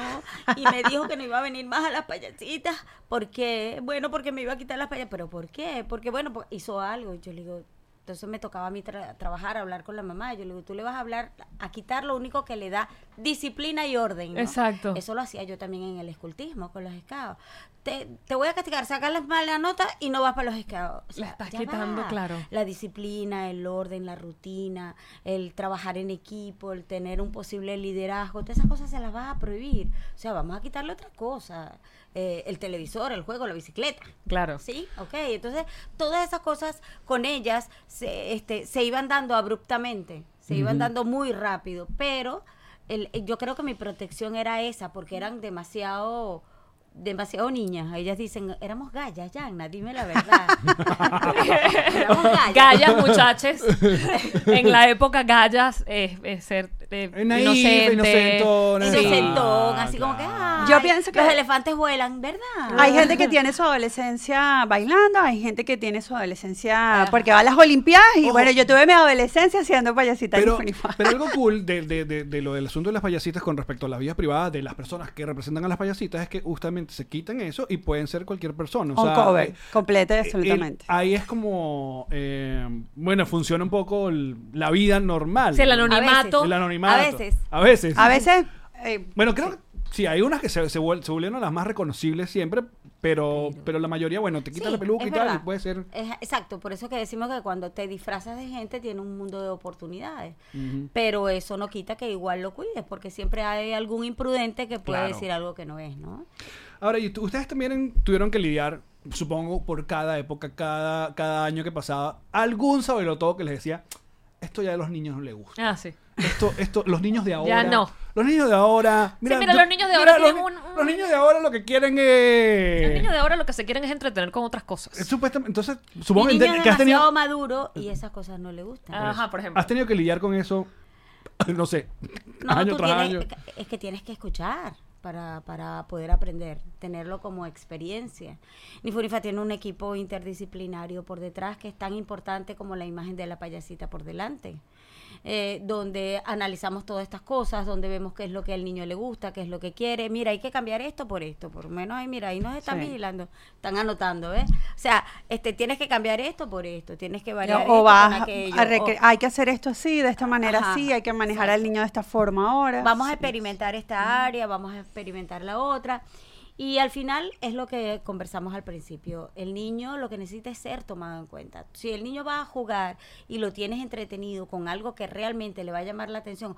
Speaker 5: y me dijo que no iba a venir más a las payasitas. ¿Por qué? Bueno, porque me iba a quitar las payas. ¿Pero por qué? Porque, bueno, po- hizo pues, algo. Y Yo le digo, Entonces me tocaba a mí tra- trabajar, hablar con la mamá. Yo le digo, tú le vas a hablar a quitar lo único que le da disciplina y orden. ¿no?
Speaker 2: Exacto.
Speaker 5: Eso lo hacía yo también en el escultismo con los escados. Te, te voy a castigar, sacas las malas notas y no vas para los escados.
Speaker 2: La estás quitando, claro.
Speaker 5: La disciplina, el orden, la rutina, el trabajar en equipo, el tener un posible liderazgo, todas esas cosas se las vas a prohibir. O sea, vamos a quitarle otra cosa. Eh, el televisor, el juego, la bicicleta.
Speaker 2: Claro.
Speaker 5: Sí, ok. Entonces, todas esas cosas con ellas se, este, se iban dando abruptamente, se iban dando muy rápido, pero el, yo creo que mi protección era esa, porque eran demasiado demasiado niñas, ellas dicen, éramos gallas, Yanna, dime la verdad. éramos gallas.
Speaker 2: Gallas, muchachos. en la época, gallas es, es ser eh,
Speaker 4: Eh, naif,
Speaker 2: inocente.
Speaker 4: inocentona,
Speaker 2: Sí.
Speaker 5: Inocentón,
Speaker 4: Ah,
Speaker 5: así como que,
Speaker 4: claro.
Speaker 5: ay,
Speaker 6: Yo pienso que-
Speaker 5: los elefantes vuelan, ¿verdad?
Speaker 6: Hay gente que tiene su adolescencia bailando, hay gente que tiene su adolescencia porque va a las Olimpiadas y
Speaker 4: Ojo.
Speaker 6: bueno, yo tuve mi adolescencia siendo payasita en
Speaker 4: Pero,
Speaker 6: uniforme.
Speaker 4: pero algo cool de, de- de- de lo del asunto de las payasitas con respecto a las vidas privadas de las personas que representan a las payasitas es que justamente se quitan eso y pueden ser cualquier persona. O sea,
Speaker 6: Un cover,
Speaker 4: eh,
Speaker 6: completo y
Speaker 4: el-
Speaker 6: absolutamente.
Speaker 4: ahí es como, eh, bueno, funciona un poco el- la vida normal.
Speaker 2: Sí, el
Speaker 5: veces.
Speaker 2: anonimato.
Speaker 4: El anonimato.
Speaker 5: A veces.
Speaker 4: A veces.
Speaker 6: a veces, eh,
Speaker 4: Bueno, creo que sí, hay unas que se, se, vuel- se volvieron las más reconocibles siempre, pero, pero la mayoría, bueno, te quitas
Speaker 5: Sí,
Speaker 4: la peluca
Speaker 5: es
Speaker 4: y tal, y
Speaker 5: verdad.
Speaker 4: puede ser.
Speaker 5: Es- exacto, por eso que decimos que cuando te disfrazas de gente tiene un mundo de oportunidades. Pero eso no quita que igual lo cuides, porque siempre hay algún imprudente que puede
Speaker 4: Claro.
Speaker 5: decir algo que no es, ¿no?
Speaker 4: Ahora, y tú- ustedes también en- tuvieron que lidiar, supongo, por cada época, cada, cada año que pasaba, algún sabelotodo que les decía, esto ya a los niños no les gusta.
Speaker 2: Ah, sí.
Speaker 4: Esto, esto, los niños de ahora.
Speaker 2: no.
Speaker 4: Los niños de ahora.
Speaker 2: mira,
Speaker 4: yo-
Speaker 2: los niños de ahora
Speaker 4: los,
Speaker 2: tienen un- un-
Speaker 4: los niños de ahora lo que quieren es.
Speaker 2: Los niños de ahora lo que se quieren es entretener con otras
Speaker 4: Eh. es
Speaker 2: cosas.
Speaker 4: supuestamente, entonces,
Speaker 5: Mi
Speaker 4: supongo que,
Speaker 5: niño es
Speaker 4: que has
Speaker 5: demasiado
Speaker 4: tenido,
Speaker 5: maduro y esas cosas no le gustan.
Speaker 4: Ah,
Speaker 2: Ajá, por ejemplo.
Speaker 4: has tenido que lidiar con eso, no sé,
Speaker 5: No,
Speaker 4: año
Speaker 5: tú
Speaker 4: tras año.
Speaker 5: tienes, es que tienes que escuchar para, para poder aprender, tenerlo como experiencia. Nifunifa tiene un equipo interdisciplinario por detrás que es tan importante como la imagen de la payasita por delante. eh, donde analizamos todas estas cosas, donde vemos qué es lo que al niño le gusta, qué es lo que quiere. Mira, hay que cambiar esto por esto, por lo menos ahí, mira, ahí nos están
Speaker 6: Sí.
Speaker 5: vigilando, están anotando, ¿ves? O sea, este, tienes que cambiar esto por esto, tienes que variar esto
Speaker 6: o
Speaker 5: con
Speaker 6: vas a
Speaker 5: aquello,
Speaker 6: recre-
Speaker 5: o-
Speaker 6: hay que hacer esto así, de esta manera
Speaker 5: Ajá,
Speaker 6: así, hay que manejar al niño de esta forma ahora. Eh,
Speaker 5: Vamos a
Speaker 6: Sí.
Speaker 5: experimentar esta área, vamos a experimentar la otra. Y al final es lo que conversamos al principio. El niño lo que necesita es ser tomado en cuenta. Si el niño va a jugar y lo tienes entretenido con algo que realmente le va a llamar la atención,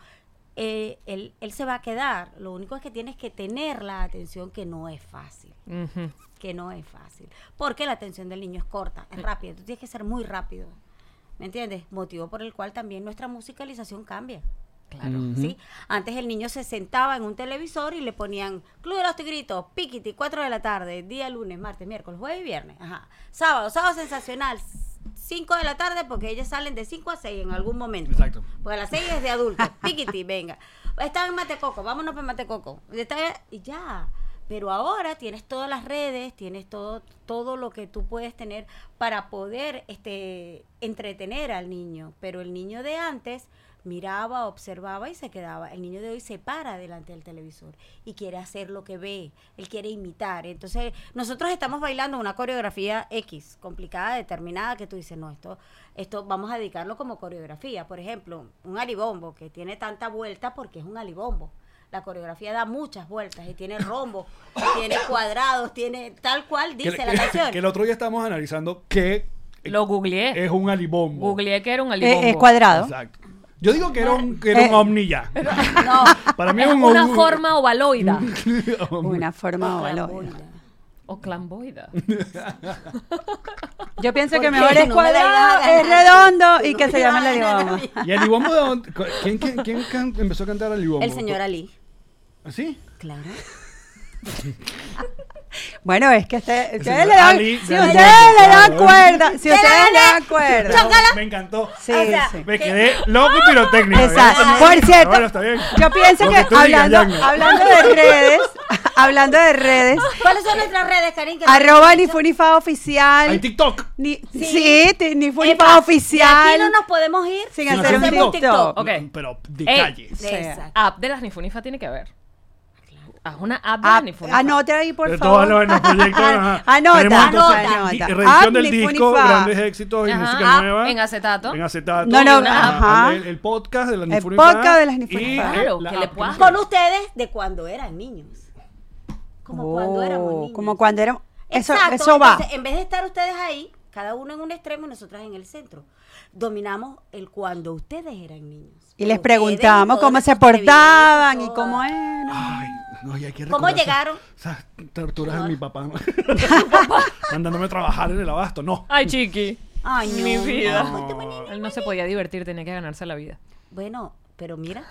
Speaker 5: eh, él, él se va a quedar. Lo único es que tienes que tener la atención que no es fácil
Speaker 2: Ujú.
Speaker 5: que no es fácil. Porque la atención del niño es corta, es rápida. Tú tienes que ser muy rápido. ¿Me entiendes? Motivo por el cual también nuestra musicalización cambia. Claro. ¿sí? Antes el niño se sentaba en un televisor y le ponían Club de los Tigritos, Piquiti, 4 de la tarde, día lunes, martes, miércoles, jueves y viernes. Ajá. Sábado, sábado sensacional, 5 de la tarde, porque ellas salen de 5 a 6 en algún momento.
Speaker 4: Exacto.
Speaker 2: Pues,
Speaker 5: Porque a las 6 es de adultos. Piquiti, venga. Estaba en Matecoco, vámonos para Matecoco. Está- y ya. Pero ahora tienes todas las redes, tienes todo, todo lo que tú puedes tener para poder este, entretener al niño. Pero el niño de antes miraba, observaba y se quedaba. El niño de hoy se para delante del televisor y quiere hacer lo que ve, él quiere imitar. Entonces, nosotros estamos bailando una coreografía X, complicada, determinada, que tú dices, no, esto, esto vamos a dedicarlo como coreografía. Por ejemplo, un alibombo que tiene tanta vuelta porque es un alibombo. La coreografía da muchas vueltas y tiene rombo, tiene cuadrados, tiene tal cual dice
Speaker 4: que,
Speaker 5: la canción.
Speaker 4: que el otro día estábamos analizando que
Speaker 2: Lo googleé.
Speaker 4: Eh, es un alibombo.
Speaker 2: Googleé que era un
Speaker 6: Eh,
Speaker 2: alibombo.
Speaker 6: eh, cuadrado.
Speaker 4: Exacto. Yo digo que era un, que era un
Speaker 6: Eh.
Speaker 4: ovni ya.
Speaker 5: No,
Speaker 4: Para mí es
Speaker 2: Es
Speaker 4: un
Speaker 2: una
Speaker 4: ovni.
Speaker 2: forma ovaloida.
Speaker 6: Una forma o valor.
Speaker 5: Oclamboida.
Speaker 2: o clamboida.
Speaker 6: Yo pienso que
Speaker 5: Porque
Speaker 6: mejor es
Speaker 5: no me la
Speaker 6: cuadrado,
Speaker 5: iba a
Speaker 6: es
Speaker 5: ganar.
Speaker 6: redondo y
Speaker 5: No
Speaker 6: que se
Speaker 5: me
Speaker 6: llame la
Speaker 5: la iba a
Speaker 6: liboma.
Speaker 5: ganar.
Speaker 4: ¿Y Alibombo de dónde? ¿Quién, quién, quién can- empezó a cantar Alibombo?
Speaker 5: el señor Ali.
Speaker 4: ¿Sí?
Speaker 5: Claro.
Speaker 6: Bueno, es que este- ustedes
Speaker 4: señor
Speaker 6: le dan,
Speaker 4: Ali
Speaker 6: si
Speaker 4: de la
Speaker 6: ustedes
Speaker 4: Liboma,
Speaker 6: le dan
Speaker 4: claro.
Speaker 6: cuerda, si
Speaker 5: la
Speaker 6: ustedes le
Speaker 5: gané.
Speaker 6: dan cuerda.
Speaker 4: Me, me encantó.
Speaker 6: Sí,
Speaker 5: O sea,
Speaker 6: sí.
Speaker 4: Me quedé loco y pirotécnico.
Speaker 6: Exacto.
Speaker 4: Eso no es-
Speaker 6: Por cierto,
Speaker 4: Bueno, está bien.
Speaker 6: Yo pienso
Speaker 4: Lo
Speaker 6: que,
Speaker 4: tú digas,
Speaker 6: hablando,
Speaker 4: Yagna.
Speaker 6: hablando de redes, hablando de redes,
Speaker 5: ¿Cuáles son nuestras redes, Karin? Que-
Speaker 6: arroba ni Funifa oficial.
Speaker 4: Hay TikTok.
Speaker 6: Ni, sí,
Speaker 5: Sí.
Speaker 6: ti- ni fue ni
Speaker 5: Epa,
Speaker 6: pa'
Speaker 5: de
Speaker 6: oficial.
Speaker 5: Aquí no nos podemos ir
Speaker 6: sin
Speaker 4: sin
Speaker 6: hacer un
Speaker 4: hacer
Speaker 6: TikTok.
Speaker 4: TikTok.
Speaker 2: Ok.
Speaker 6: Eh,
Speaker 4: Pero de
Speaker 2: Ey.
Speaker 4: calle.
Speaker 6: sea.
Speaker 5: Exacto.
Speaker 2: App de las Nifunifa tiene que ver. haz una app de
Speaker 6: Ah,
Speaker 2: Anifonify.
Speaker 6: Anota ahí, por
Speaker 4: De
Speaker 6: favor.
Speaker 4: todos los- en los proyectos, ajá.
Speaker 6: Anota,
Speaker 4: Tenemos
Speaker 6: anota,
Speaker 4: entonces di-
Speaker 6: anota.
Speaker 4: Reedición del
Speaker 6: Amplifunifa.
Speaker 4: disco, grandes éxitos y
Speaker 2: Ajá,
Speaker 4: música
Speaker 2: ah,
Speaker 4: nueva.
Speaker 2: en acetato.
Speaker 4: En acetato.
Speaker 6: No, no,
Speaker 4: Ajá,
Speaker 6: ajá.
Speaker 4: El, el podcast de las
Speaker 6: El podcast de las Nifunifa.
Speaker 2: Claro, que le puedas-
Speaker 5: Ah, Con ustedes de cuando eran niños. Como cuando éramos
Speaker 6: Oh,
Speaker 5: niños.
Speaker 6: Como cuando éramos. Eso,
Speaker 5: Exacto,
Speaker 6: eso va.
Speaker 5: entonces, en vez de estar ustedes ahí, cada uno en un extremo y nosotras en el centro, dominamos el cuando ustedes eran niños.
Speaker 6: Y les
Speaker 5: Ustedes
Speaker 6: preguntamos
Speaker 5: y
Speaker 6: cómo
Speaker 5: todas
Speaker 6: se
Speaker 5: sus previdencias,
Speaker 6: portaban y
Speaker 5: todas.
Speaker 6: cómo eran.
Speaker 4: Ay, no, y hay que
Speaker 5: ¿Cómo
Speaker 4: recordar esas-
Speaker 5: llegaron?
Speaker 4: Esas torturas de mi papá. ¿no? Mandándome a trabajar en el abasto. No.
Speaker 2: Ay, chiqui.
Speaker 5: Ay, no,
Speaker 2: Mi
Speaker 5: no,
Speaker 2: vida.
Speaker 5: no, te pones-
Speaker 2: Él no se podía divertir, tenía que ganarse la vida.
Speaker 5: Bueno, pero mira.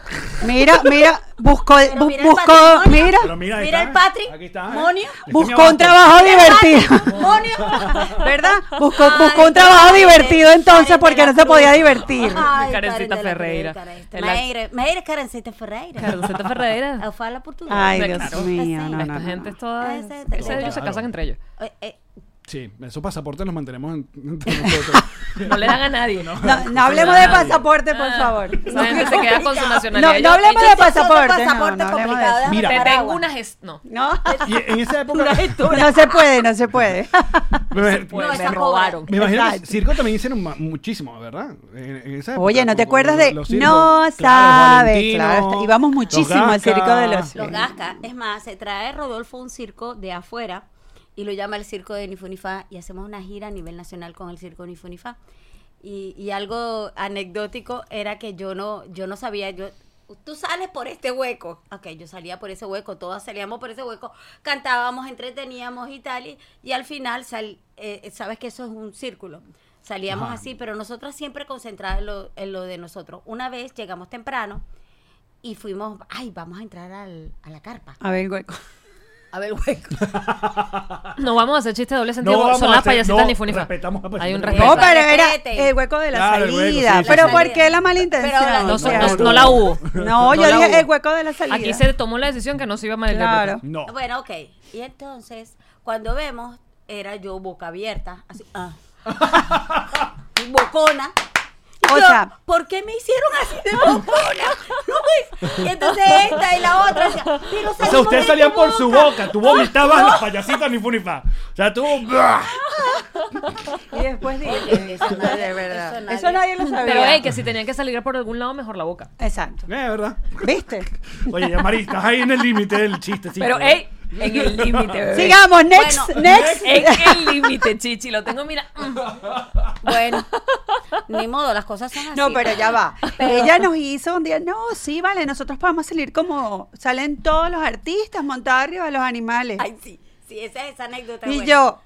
Speaker 6: Mira, mira, buscó,
Speaker 5: Pero
Speaker 6: bu-
Speaker 5: mira el
Speaker 6: buscó,
Speaker 5: patrimonio.
Speaker 6: mira,
Speaker 4: Pero mira, ahí
Speaker 5: Mira
Speaker 4: está.
Speaker 5: el Patrick,
Speaker 4: Aquí está.
Speaker 5: Monio.
Speaker 4: Este es mi
Speaker 6: buscó
Speaker 4: abasto.
Speaker 6: un trabajo divertido.
Speaker 5: ¡Monio!
Speaker 6: ¿Verdad? Buscó,
Speaker 5: Ay,
Speaker 6: buscó un trabajo
Speaker 5: Karen,
Speaker 6: divertido entonces
Speaker 5: Karen
Speaker 6: porque
Speaker 5: de
Speaker 6: no
Speaker 5: la
Speaker 6: se
Speaker 5: Cruz.
Speaker 6: podía divertir.
Speaker 5: Ay,
Speaker 2: Mi Karencita
Speaker 5: Karen de la Cruz,
Speaker 2: Ferreira.
Speaker 5: Karencita.
Speaker 2: El-
Speaker 5: Maíra, Maíra Karencita Ferreira.
Speaker 2: Carloseta Ferreira.
Speaker 5: Ah, fala portuguesa.
Speaker 6: Ay,
Speaker 2: Claro.
Speaker 6: Dios
Speaker 2: Claro.
Speaker 6: mío,
Speaker 5: Así.
Speaker 6: no, no,
Speaker 2: Esta
Speaker 6: no.
Speaker 2: gente es toda.
Speaker 5: Ese-
Speaker 2: ese-
Speaker 5: ese-
Speaker 2: ellos se
Speaker 4: Claro.
Speaker 2: casan entre ellos.
Speaker 5: Eh, eh,
Speaker 4: Sí, esos pasaportes los mantenemos en- entre nosotros.
Speaker 2: No le dan a nadie. No,
Speaker 6: No, no hablemos de pasaporte, por favor.
Speaker 2: Esa gente se queda con su nacionalidad.
Speaker 6: No, no
Speaker 2: Yo-
Speaker 6: hablemos
Speaker 2: yo
Speaker 6: de
Speaker 5: Entonces, otro
Speaker 6: pasaporte. No,
Speaker 5: pasaporte
Speaker 6: no hablemos de
Speaker 5: complicado,
Speaker 6: eso.
Speaker 5: déjame
Speaker 4: Mira.
Speaker 2: Te
Speaker 5: tomar
Speaker 2: tengo
Speaker 5: agua.
Speaker 2: una gest- No.
Speaker 6: No,
Speaker 4: Y en esa época.
Speaker 6: no se puede, no se puede.
Speaker 4: me,
Speaker 2: Pues,
Speaker 5: No,
Speaker 2: me
Speaker 5: esa
Speaker 2: robaron.
Speaker 4: me imagino que
Speaker 6: Exacto.
Speaker 4: circo también hicieron ma- muchísimo, ¿verdad? En- en esa época,
Speaker 6: Oye, ¿no te
Speaker 4: con- con
Speaker 6: acuerdas
Speaker 4: los-
Speaker 6: de-
Speaker 4: los circos?
Speaker 6: no
Speaker 4: Claro,
Speaker 6: sabes,
Speaker 4: Valentino,
Speaker 6: claro, está- íbamos
Speaker 4: los
Speaker 6: muchísimo al circo de
Speaker 4: Gasca.
Speaker 6: los-
Speaker 5: Los gasca. Es más, se trae Rodolfo un circo de afuera y lo llama el circo de Nifunifá y hacemos una gira a nivel nacional con el circo de Nifunifá. Y, y algo anecdótico era que yo no, yo no sabía, yo tú sales por este hueco. Ok, yo salía por ese hueco, todas salíamos por ese hueco, cantábamos, entreteníamos y tal, y, y al final sal- eh, sabes que eso es un círculo. Salíamos así, pero nosotras siempre concentradas en lo, en lo de nosotros. Una vez llegamos temprano y fuimos, ay, vamos a entrar al- a la carpa.
Speaker 6: A ver, hueco.
Speaker 5: A ver, hueco.
Speaker 2: No vamos a hacer chiste de doble sentido.
Speaker 4: vamos
Speaker 2: son
Speaker 4: a
Speaker 2: las
Speaker 4: hacer-
Speaker 2: payasitas
Speaker 4: no,
Speaker 2: ni funifa.
Speaker 4: respetamos la payasita.
Speaker 2: Hay un
Speaker 4: No,
Speaker 2: respeto.
Speaker 6: No, pero era
Speaker 5: Respete.
Speaker 6: el hueco de la
Speaker 4: Claro, el hueco,
Speaker 6: salida.
Speaker 4: sí, sí,
Speaker 6: pero
Speaker 5: sí.
Speaker 6: ¿por qué la mala
Speaker 5: Pero la-
Speaker 6: intención?
Speaker 2: No,
Speaker 5: No,
Speaker 6: O
Speaker 2: so-
Speaker 6: sea,
Speaker 2: no- no la hubo.
Speaker 6: no, yo
Speaker 2: la
Speaker 6: dije
Speaker 2: hubo.
Speaker 6: el hueco de la salida.
Speaker 2: Aquí se tomó la decisión que no se iba a malinterpretar.
Speaker 6: Claro.
Speaker 4: No.
Speaker 5: Bueno, ok. Y entonces, cuando vemos, era yo boca abierta, así, ah. bocona.
Speaker 6: O
Speaker 5: O
Speaker 6: sea-
Speaker 5: sea, ¿por qué me hicieron así de bocona? ¿No ves? Y entonces esta y la otra. decía, pero
Speaker 4: O sea,
Speaker 5: salimos de
Speaker 4: ustedes
Speaker 5: tu
Speaker 4: salían por su boca, tú vomitabas las payasitas ni funifa. O sea, tú. Eh,
Speaker 6: Y después dije,
Speaker 5: Oye,
Speaker 6: eso
Speaker 5: eso
Speaker 6: nadie,
Speaker 5: nadie-
Speaker 6: verdad.
Speaker 5: eso
Speaker 6: Eso, nadie
Speaker 5: nadie.
Speaker 6: lo sabía.
Speaker 2: Pero, hey, que si tenían que salir por algún lado, mejor la boca.
Speaker 6: Exacto.
Speaker 4: Eh, ¿verdad?
Speaker 6: ¿Viste?
Speaker 4: Oye, ya Mari, estás ahí en el límite del chiste. sí,
Speaker 2: Pero, hey, en el límite,
Speaker 4: Eh.
Speaker 2: bebé.
Speaker 6: Sigamos, next,
Speaker 5: Bueno,
Speaker 6: next.
Speaker 2: En el límite, chichi. Lo tengo, mira. mm.
Speaker 5: Bueno, ni modo, las cosas son así.
Speaker 6: No, pero ya va. Ella nos hizo un día, no, sí, vale, nosotros podemos salir como salen todos los artistas montados arriba de los animales.
Speaker 5: Ay, sí. Sí, esa es esa anécdota.
Speaker 6: y
Speaker 5: buena.
Speaker 6: yo,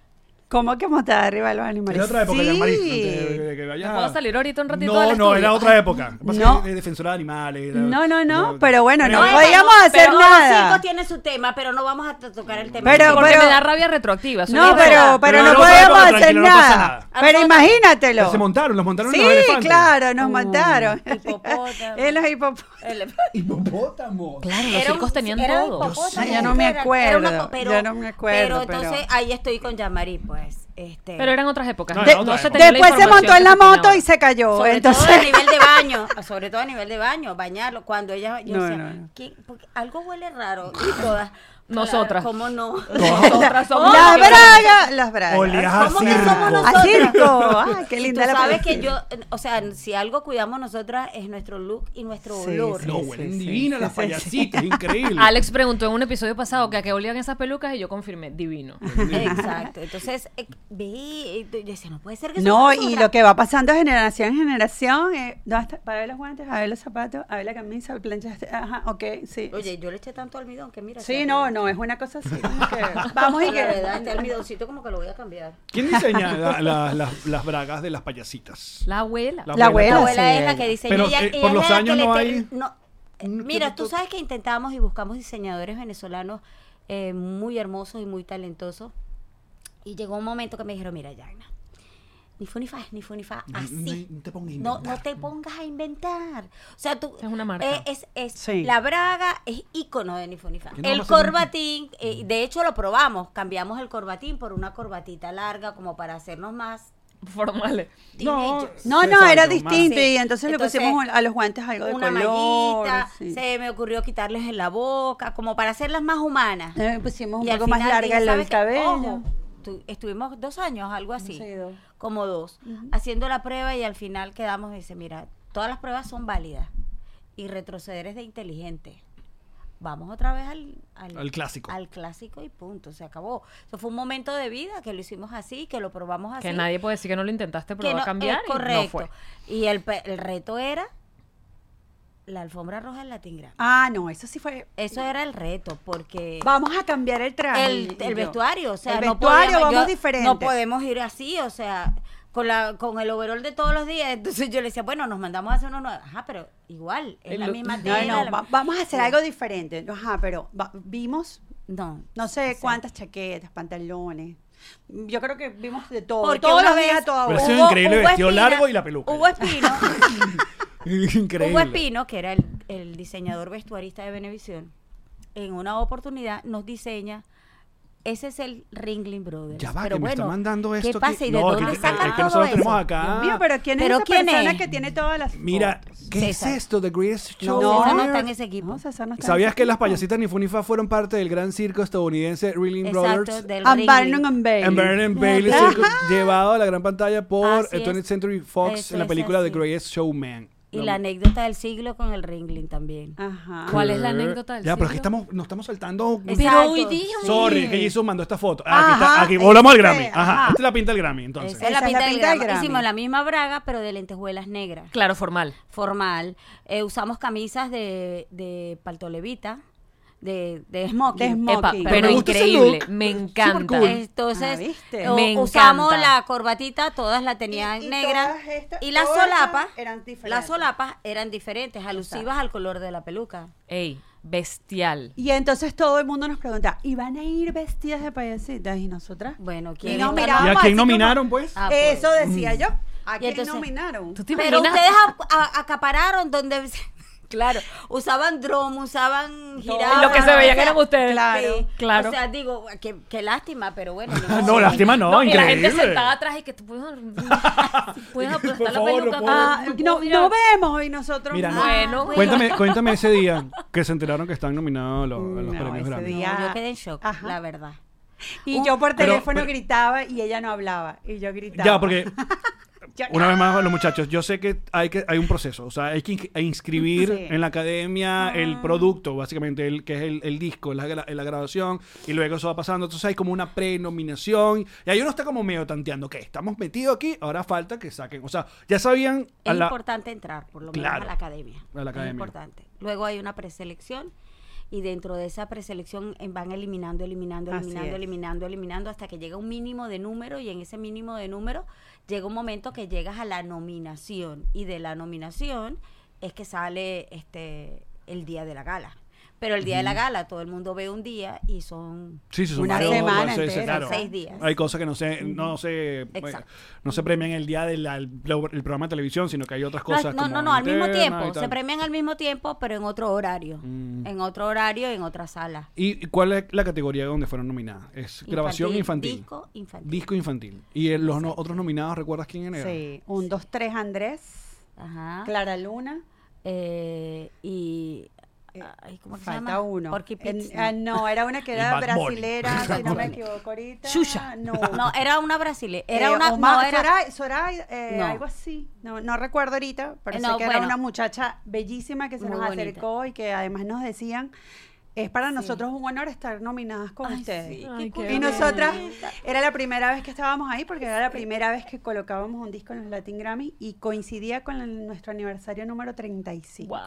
Speaker 6: ¿cómo que montada arriba de los animales?
Speaker 4: Era otra época, ya, Mari. antes
Speaker 6: sí.
Speaker 4: de que vayas
Speaker 2: ¿Me
Speaker 4: a-
Speaker 2: puedo salir ahorita un ratito
Speaker 4: No,
Speaker 2: del
Speaker 4: no,
Speaker 2: estudio?
Speaker 4: era otra época. Pasa
Speaker 6: No.
Speaker 4: que es defensora de animales. era-
Speaker 6: No, no, no, pero bueno, no
Speaker 5: Bueno,
Speaker 6: podíamos hacer
Speaker 5: pero Los
Speaker 6: nada.
Speaker 5: cinco tiene su tema, pero no vamos a to- tocar el tema.
Speaker 6: Pero-
Speaker 2: Porque
Speaker 6: pero-
Speaker 2: me da rabia retroactiva. soy
Speaker 6: No,
Speaker 2: una
Speaker 6: pero,
Speaker 2: verdad.
Speaker 6: pero
Speaker 4: Pero
Speaker 6: no
Speaker 4: no,
Speaker 6: podíamos
Speaker 4: pero
Speaker 6: hacer
Speaker 4: tranquila, no pasa
Speaker 6: nada.
Speaker 4: nada.
Speaker 6: Pero imagínatelo.
Speaker 4: Se montaron, los montaron en
Speaker 6: Sí,
Speaker 4: los elefantes.
Speaker 6: claro, nos montaron.
Speaker 5: Hipopótamo.
Speaker 6: En los hipopótamos.
Speaker 5: El-
Speaker 4: Hipopótamo.
Speaker 2: Claro, los
Speaker 5: Era un-
Speaker 2: circos tenían
Speaker 5: era
Speaker 2: todo.
Speaker 5: un popó,
Speaker 6: Yo sé,
Speaker 5: ¿no?
Speaker 6: ya no me
Speaker 5: Era- era una
Speaker 6: acuerdo,
Speaker 5: po- pero-
Speaker 6: ya no me acuerdo,
Speaker 5: Pero
Speaker 6: pero-
Speaker 5: entonces ahí estoy con Yamari, pues. Este,
Speaker 2: Pero eran otras épocas.
Speaker 4: No,
Speaker 2: No,
Speaker 4: era
Speaker 2: no
Speaker 4: otra
Speaker 2: se
Speaker 4: época.
Speaker 2: tenía la
Speaker 6: Después se
Speaker 2: información
Speaker 6: montó en
Speaker 2: que
Speaker 6: la
Speaker 2: se tiene
Speaker 6: moto
Speaker 2: ahora.
Speaker 6: y se cayó.
Speaker 5: sobre todo a
Speaker 6: Oh, entonces,
Speaker 5: nivel de baño, sobre todo a nivel de baño, bañarlo. Cuando ella, yo
Speaker 6: No,
Speaker 5: decía,
Speaker 6: no, no.
Speaker 5: "¿Qué? Porque algo huele raro. Y todas,
Speaker 2: Nosotras.
Speaker 5: claro, ¿Cómo no?
Speaker 2: Nosotras somos
Speaker 6: las
Speaker 2: las que-
Speaker 6: bragas, las bragas.
Speaker 4: Olías a
Speaker 5: ¿Cómo que somos
Speaker 4: circo.
Speaker 5: nosotros?
Speaker 6: A circo. Ah, qué linda
Speaker 5: Tú
Speaker 6: la
Speaker 5: sabes
Speaker 6: palabra.
Speaker 5: que yo, eh, o sea, si algo cuidamos nosotras es nuestro look y nuestro
Speaker 6: Sí,
Speaker 5: olor.
Speaker 6: sí.
Speaker 4: No, huelen
Speaker 6: sí,
Speaker 4: divinas
Speaker 6: sí,
Speaker 4: las
Speaker 6: sí,
Speaker 4: payasitas, increíble.
Speaker 2: Alex preguntó en un episodio pasado que a qué olían esas pelucas y yo confirmé, divino.
Speaker 5: Exacto. Entonces, eh, vi, y yo decía, no puede ser que
Speaker 6: No,
Speaker 5: somos
Speaker 6: y
Speaker 5: nosotras.
Speaker 6: lo que va pasando de generación en generación, eh, ¿dónde está? para ver los guantes, a ver los zapatos, a ver la camisa, planchaste, ajá, ok, sí.
Speaker 5: Oye, yo le eché tanto almidón que mira.
Speaker 6: sí,
Speaker 5: se
Speaker 6: no,
Speaker 5: arruinó.
Speaker 6: no, es una cosa así. como que vamos y
Speaker 5: La verdad, este
Speaker 6: que...
Speaker 5: almidoncito como que lo voy a cambiar.
Speaker 4: ¿Quién diseña la- la- las- las bragas de las payasitas?
Speaker 2: La abuela.
Speaker 4: La
Speaker 6: La
Speaker 5: La
Speaker 6: abuela,
Speaker 5: abuela
Speaker 6: sí,
Speaker 5: es la
Speaker 6: ella.
Speaker 5: que diseña.
Speaker 4: Pero,
Speaker 5: ella-
Speaker 4: eh,
Speaker 5: ella
Speaker 4: por
Speaker 5: es
Speaker 4: los
Speaker 5: la que
Speaker 4: años
Speaker 5: le
Speaker 4: no
Speaker 5: te-
Speaker 4: hay- Mm,
Speaker 5: no, eh,
Speaker 4: No,
Speaker 5: mira,
Speaker 4: tú-
Speaker 5: tú sabes que intentamos y buscamos diseñadores venezolanos eh, muy hermosos y muy talentosos. Y llegó un momento que me dijeron, mira, Yagna, ni funifaz, ni funifaz,
Speaker 4: No,
Speaker 5: así.
Speaker 4: no te pongas a
Speaker 5: No, no
Speaker 4: inventar.
Speaker 5: te pongas a inventar. O sea, tú.
Speaker 2: Es una marca.
Speaker 5: eh, es, es-
Speaker 6: Sí.
Speaker 5: La braga es ícono de Nifunifaz.
Speaker 4: Que no va
Speaker 5: El
Speaker 4: a ser un- Mm.
Speaker 5: corbatín, eh, de hecho lo probamos, cambiamos el corbatín por una corbatita larga como para hacernos más
Speaker 2: formales.
Speaker 5: teenagers.
Speaker 6: No, no,
Speaker 4: Exacto,
Speaker 6: era
Speaker 4: más.
Speaker 6: distinto
Speaker 5: Sí.
Speaker 6: y entonces,
Speaker 5: Entonces,
Speaker 6: le pusimos a los guantes algo de
Speaker 5: una
Speaker 6: color.
Speaker 5: mallita,
Speaker 6: sí.
Speaker 5: se me ocurrió quitarles en la boca, como para hacerlas más humanas.
Speaker 6: Le pusimos Eh, un
Speaker 5: Y al
Speaker 6: poco más
Speaker 5: final
Speaker 6: larga
Speaker 5: dije,
Speaker 6: el,
Speaker 5: "¿Sabes
Speaker 6: el
Speaker 5: qué?
Speaker 6: cabello.
Speaker 5: Ojo, tu- estuvimos dos años, algo así,
Speaker 6: Sí, dos.
Speaker 5: como dos, haciendo la prueba y al final quedamos y dice, mira, todas las pruebas son válidas y retroceder es de inteligente. Vamos otra vez al,
Speaker 4: Al clásico.
Speaker 5: Al clásico y punto, se acabó. Eso fue un momento de vida que lo hicimos así, que lo probamos así.
Speaker 2: Que nadie puede decir que no lo intentaste, pero
Speaker 5: ¿Ah, que
Speaker 2: va
Speaker 5: no-
Speaker 2: a cambiar.
Speaker 5: es
Speaker 2: y no
Speaker 5: correcto.
Speaker 2: fue.
Speaker 5: Y el, pe- el reto era la alfombra roja del Latin Grammy.
Speaker 6: Ah, no, eso sí fue.
Speaker 5: Eso era el reto, porque...
Speaker 6: Vamos a cambiar el traje.
Speaker 5: el,
Speaker 6: Y
Speaker 5: el
Speaker 6: yo,
Speaker 5: vestuario, o sea,
Speaker 6: el
Speaker 5: no
Speaker 6: vestuario
Speaker 5: podíamos-
Speaker 6: vamos
Speaker 5: yo-
Speaker 6: diferente.
Speaker 5: No podemos ir así, o sea, con la con el overall de todos los días. Entonces yo le decía, bueno, nos mandamos a hacer uno nuevo. Ajá, pero igual, es
Speaker 4: El
Speaker 5: la
Speaker 4: lo-
Speaker 5: misma
Speaker 6: No,
Speaker 5: tela.
Speaker 6: no,
Speaker 5: la-
Speaker 6: va- vamos a hacer algo diferente. Ajá, pero va- vimos
Speaker 5: No.
Speaker 6: no sé
Speaker 5: Sí.
Speaker 6: cuántas chaquetas, pantalones. Yo creo que vimos de todo.
Speaker 5: Porque
Speaker 6: todos
Speaker 5: una
Speaker 6: los días,
Speaker 5: vez
Speaker 6: a toda
Speaker 4: Pero
Speaker 6: hora.
Speaker 4: sí,
Speaker 5: Hugo-
Speaker 4: increíble,
Speaker 5: Hugo
Speaker 4: vestido
Speaker 5: Espina-
Speaker 4: largo y la peluca.
Speaker 5: Hugo Espino,
Speaker 4: Increíble.
Speaker 5: Hugo Espino, que era el, el diseñador vestuarista de Benevisión, en una oportunidad nos diseña. Ese es el Ringling Brothers.
Speaker 4: Ya va,
Speaker 5: pero
Speaker 4: que me está
Speaker 5: bueno,
Speaker 4: mandando esto
Speaker 5: ¿Qué
Speaker 4: aquí.
Speaker 5: pasa y de
Speaker 4: No,
Speaker 5: dónde
Speaker 4: que- que-
Speaker 5: sacan
Speaker 4: que
Speaker 5: todo
Speaker 4: nosotros tenemos
Speaker 5: eso?
Speaker 4: acá.
Speaker 6: Dios mío, pero ¿quién es
Speaker 5: ¿Pero
Speaker 6: esa
Speaker 5: quién
Speaker 6: persona
Speaker 5: es?
Speaker 6: que tiene todas las
Speaker 4: Mira,
Speaker 6: fotos?
Speaker 4: ¿qué
Speaker 5: César.
Speaker 4: es esto? The Greatest Show
Speaker 5: No,
Speaker 4: on
Speaker 5: César no
Speaker 4: Earth.
Speaker 5: está en ese equipo.
Speaker 6: No, César no está en
Speaker 4: ¿Sabías
Speaker 6: ese
Speaker 4: que las
Speaker 6: equipo?
Speaker 4: payasitas ni Funifa fueron parte del gran circo estadounidense Reeling
Speaker 5: Exacto,
Speaker 4: Brothers? Ah,
Speaker 6: And
Speaker 5: del Ringling.
Speaker 6: Barnum Ah, and Bailey.
Speaker 4: En Vernon Bailey
Speaker 6: Ajá.
Speaker 4: Circus, llevado a la gran pantalla por
Speaker 5: Así
Speaker 4: eh, 20th
Speaker 5: es.
Speaker 4: Century Fox
Speaker 5: Eso
Speaker 4: en la
Speaker 5: es
Speaker 4: película The
Speaker 5: así.
Speaker 4: Greatest Showman.
Speaker 5: Y
Speaker 4: No, Ah,
Speaker 5: la anécdota del siglo con el Ringling también.
Speaker 6: Ajá.
Speaker 2: ¿Cuál es la anécdota del
Speaker 4: Ya, pero es que
Speaker 2: siglo?
Speaker 4: estamos, nos estamos saltando.
Speaker 5: Es-
Speaker 2: Pero
Speaker 5: Exacto.
Speaker 2: hoy día, mi-
Speaker 4: Sorry, que Jesús mandó esta foto. Ah,
Speaker 6: Ajá,
Speaker 4: Aquí está, aquí volvamos al
Speaker 6: ese,
Speaker 4: Grammy. Ajá,
Speaker 6: ajá.
Speaker 4: esta es la pinta del Grammy, entonces.
Speaker 5: Esa es la pinta del
Speaker 6: del
Speaker 5: Grammy.
Speaker 6: Grammy.
Speaker 5: Hicimos la misma braga, pero de lentejuelas negras,
Speaker 2: Claro, formal.
Speaker 5: formal. Eh, usamos camisas de, de palto levita, de, de smoking.
Speaker 6: De smoking.
Speaker 2: Epa,
Speaker 6: Pero
Speaker 2: pero
Speaker 4: me gusta ese
Speaker 2: increíble.
Speaker 4: look.
Speaker 2: Me
Speaker 4: Súper
Speaker 2: encanta.
Speaker 4: cool.
Speaker 5: pues, Entonces,
Speaker 6: Ah, ¿viste?
Speaker 5: o-
Speaker 2: Me
Speaker 5: usamos
Speaker 2: encanta.
Speaker 5: la corbatita, todas la tenían
Speaker 6: Y- y
Speaker 5: negra.
Speaker 6: todas estas-
Speaker 5: y las
Speaker 6: todas
Speaker 5: solapas,
Speaker 6: eran diferentes.
Speaker 5: las solapas eran diferentes, alusivas al color de la peluca.
Speaker 2: Ey, bestial.
Speaker 6: Y entonces todo el mundo nos pregunta, ¿y van a ir vestidas de payasitas? ¿Y nosotras?
Speaker 5: Bueno,
Speaker 6: Y
Speaker 5: ¿quién
Speaker 6: nos
Speaker 5: está-
Speaker 4: ¿Y
Speaker 6: mirábamos
Speaker 4: a
Speaker 6: así
Speaker 4: quién
Speaker 6: como-
Speaker 4: nominaron, Mm. pues?
Speaker 5: Ah, pues.
Speaker 6: Eso decía yo. ¿A
Speaker 5: Y
Speaker 6: quién
Speaker 5: entonces-
Speaker 6: nominaron?
Speaker 2: ¿Tú te
Speaker 5: Pero
Speaker 2: imaginas?
Speaker 5: ustedes a- a- acapararon donde, claro, usaban dron, usaban jirafas.
Speaker 2: Lo que se veían
Speaker 5: o sea,
Speaker 2: eran ustedes.
Speaker 5: sí.
Speaker 2: claro.
Speaker 5: O sea, digo, qué, qué lástima, pero bueno. ni
Speaker 4: No,
Speaker 5: modo.
Speaker 4: lástima no,
Speaker 2: y la
Speaker 4: increíble.
Speaker 2: gente sentada atrás y que tú puedes, puedes aplastar la
Speaker 4: favor, no
Speaker 2: peluca.
Speaker 4: puedo-
Speaker 6: Ah,
Speaker 2: con-
Speaker 6: no,
Speaker 2: mira,
Speaker 6: no vemos y nosotros ah,
Speaker 4: Mira, no.
Speaker 2: Bueno,
Speaker 4: Cuéntame, cuéntame ese día que se enteraron que están nominados a los, a los
Speaker 6: No,
Speaker 4: premios
Speaker 6: ese
Speaker 4: Grammy.
Speaker 5: No,
Speaker 6: día-
Speaker 5: yo quedé en shock,
Speaker 6: Ajá.
Speaker 5: la verdad.
Speaker 6: Y yo por
Speaker 4: Pero-
Speaker 6: teléfono
Speaker 4: pero-
Speaker 6: gritaba y ella no hablaba. Y yo gritaba.
Speaker 4: Ya, porque
Speaker 6: Yo-
Speaker 4: una vez más a los muchachos, yo sé que hay que hay un proceso, o sea, hay que ins- inscribir
Speaker 6: Sí.
Speaker 4: en la
Speaker 5: Ah.
Speaker 4: academia el producto, básicamente el que es el, el disco, la, gra- la grabación y luego eso va pasando, entonces hay como una prenominación y ahí uno está como medio tanteando, que estamos metidos aquí, ahora falta que saquen, o sea, ya sabían a
Speaker 5: Es
Speaker 4: la-
Speaker 5: importante entrar, por lo menos,
Speaker 4: Claro,
Speaker 5: a la academia.
Speaker 4: a la academia.
Speaker 5: Es importante. Luego hay una preselección y dentro de esa preselección eh, van eliminando, eliminando,
Speaker 6: Así
Speaker 5: eliminando,
Speaker 6: es.
Speaker 5: eliminando, eliminando hasta que llega un mínimo de número y en ese mínimo de número llega un momento que llegas a la nominación y de la nominación es que sale este el día de la gala. Pero el día de la gala todo el mundo ve un día y son
Speaker 4: Sí, sí, son
Speaker 6: Una
Speaker 4: varios,
Speaker 6: semana
Speaker 4: varios, sí, sí,
Speaker 6: entera,
Speaker 4: claro.
Speaker 5: seis días.
Speaker 4: Hay cosas que no se, no se,
Speaker 5: Exacto.
Speaker 4: no se premian el día del al- el programa de televisión, sino que hay otras
Speaker 5: No,
Speaker 4: cosas.
Speaker 5: No,
Speaker 4: como
Speaker 5: no, no, al mismo
Speaker 4: internas y
Speaker 5: tiempo.
Speaker 4: tal. Mm.
Speaker 5: Se premian al mismo tiempo, pero en otro horario. En otro horario, en otra sala.
Speaker 4: ¿Y cuál es la categoría donde fueron nominadas? Es grabación infantil.
Speaker 5: Disco infantil.
Speaker 4: Disco infantil. ¿Y el- los no- otros nominados recuerdas quién era?
Speaker 6: Sí, un, dos, tres, Andrés,
Speaker 5: Ajá.
Speaker 6: Clara Luna.
Speaker 5: Eh, y. ay, ¿Cómo que se
Speaker 6: Eh, Falta
Speaker 5: llama?
Speaker 6: uno.
Speaker 5: Porky
Speaker 6: En-
Speaker 5: Pig,
Speaker 6: ah, no, era una que
Speaker 4: Y
Speaker 6: era
Speaker 4: Bad Bunny.
Speaker 6: brasilera, si no me equivoco ahorita.
Speaker 5: Xuxa.
Speaker 6: No.
Speaker 5: No, era una brasileña. Era
Speaker 6: Eh,
Speaker 5: una.
Speaker 6: Omar-
Speaker 5: no, era-
Speaker 6: Soraya- Soraya, eh,
Speaker 5: No.
Speaker 6: algo así. No, no recuerdo ahorita, pero
Speaker 5: Eh,
Speaker 6: sé
Speaker 5: no,
Speaker 6: que era
Speaker 5: bueno.
Speaker 6: una muchacha bellísima que se
Speaker 5: Muy
Speaker 6: nos
Speaker 5: bonita.
Speaker 6: acercó y que además nos decían, es para nosotros un honor estar nominadas con ustedes.
Speaker 5: sí,
Speaker 2: Ay,
Speaker 5: qué
Speaker 2: qué
Speaker 6: Y
Speaker 2: bonito.
Speaker 6: nosotras, era la primera vez que estábamos ahí porque era la primera vez que colocábamos un disco en los Latin Grammy y coincidía con el- nuestro aniversario número 35.
Speaker 2: Wow.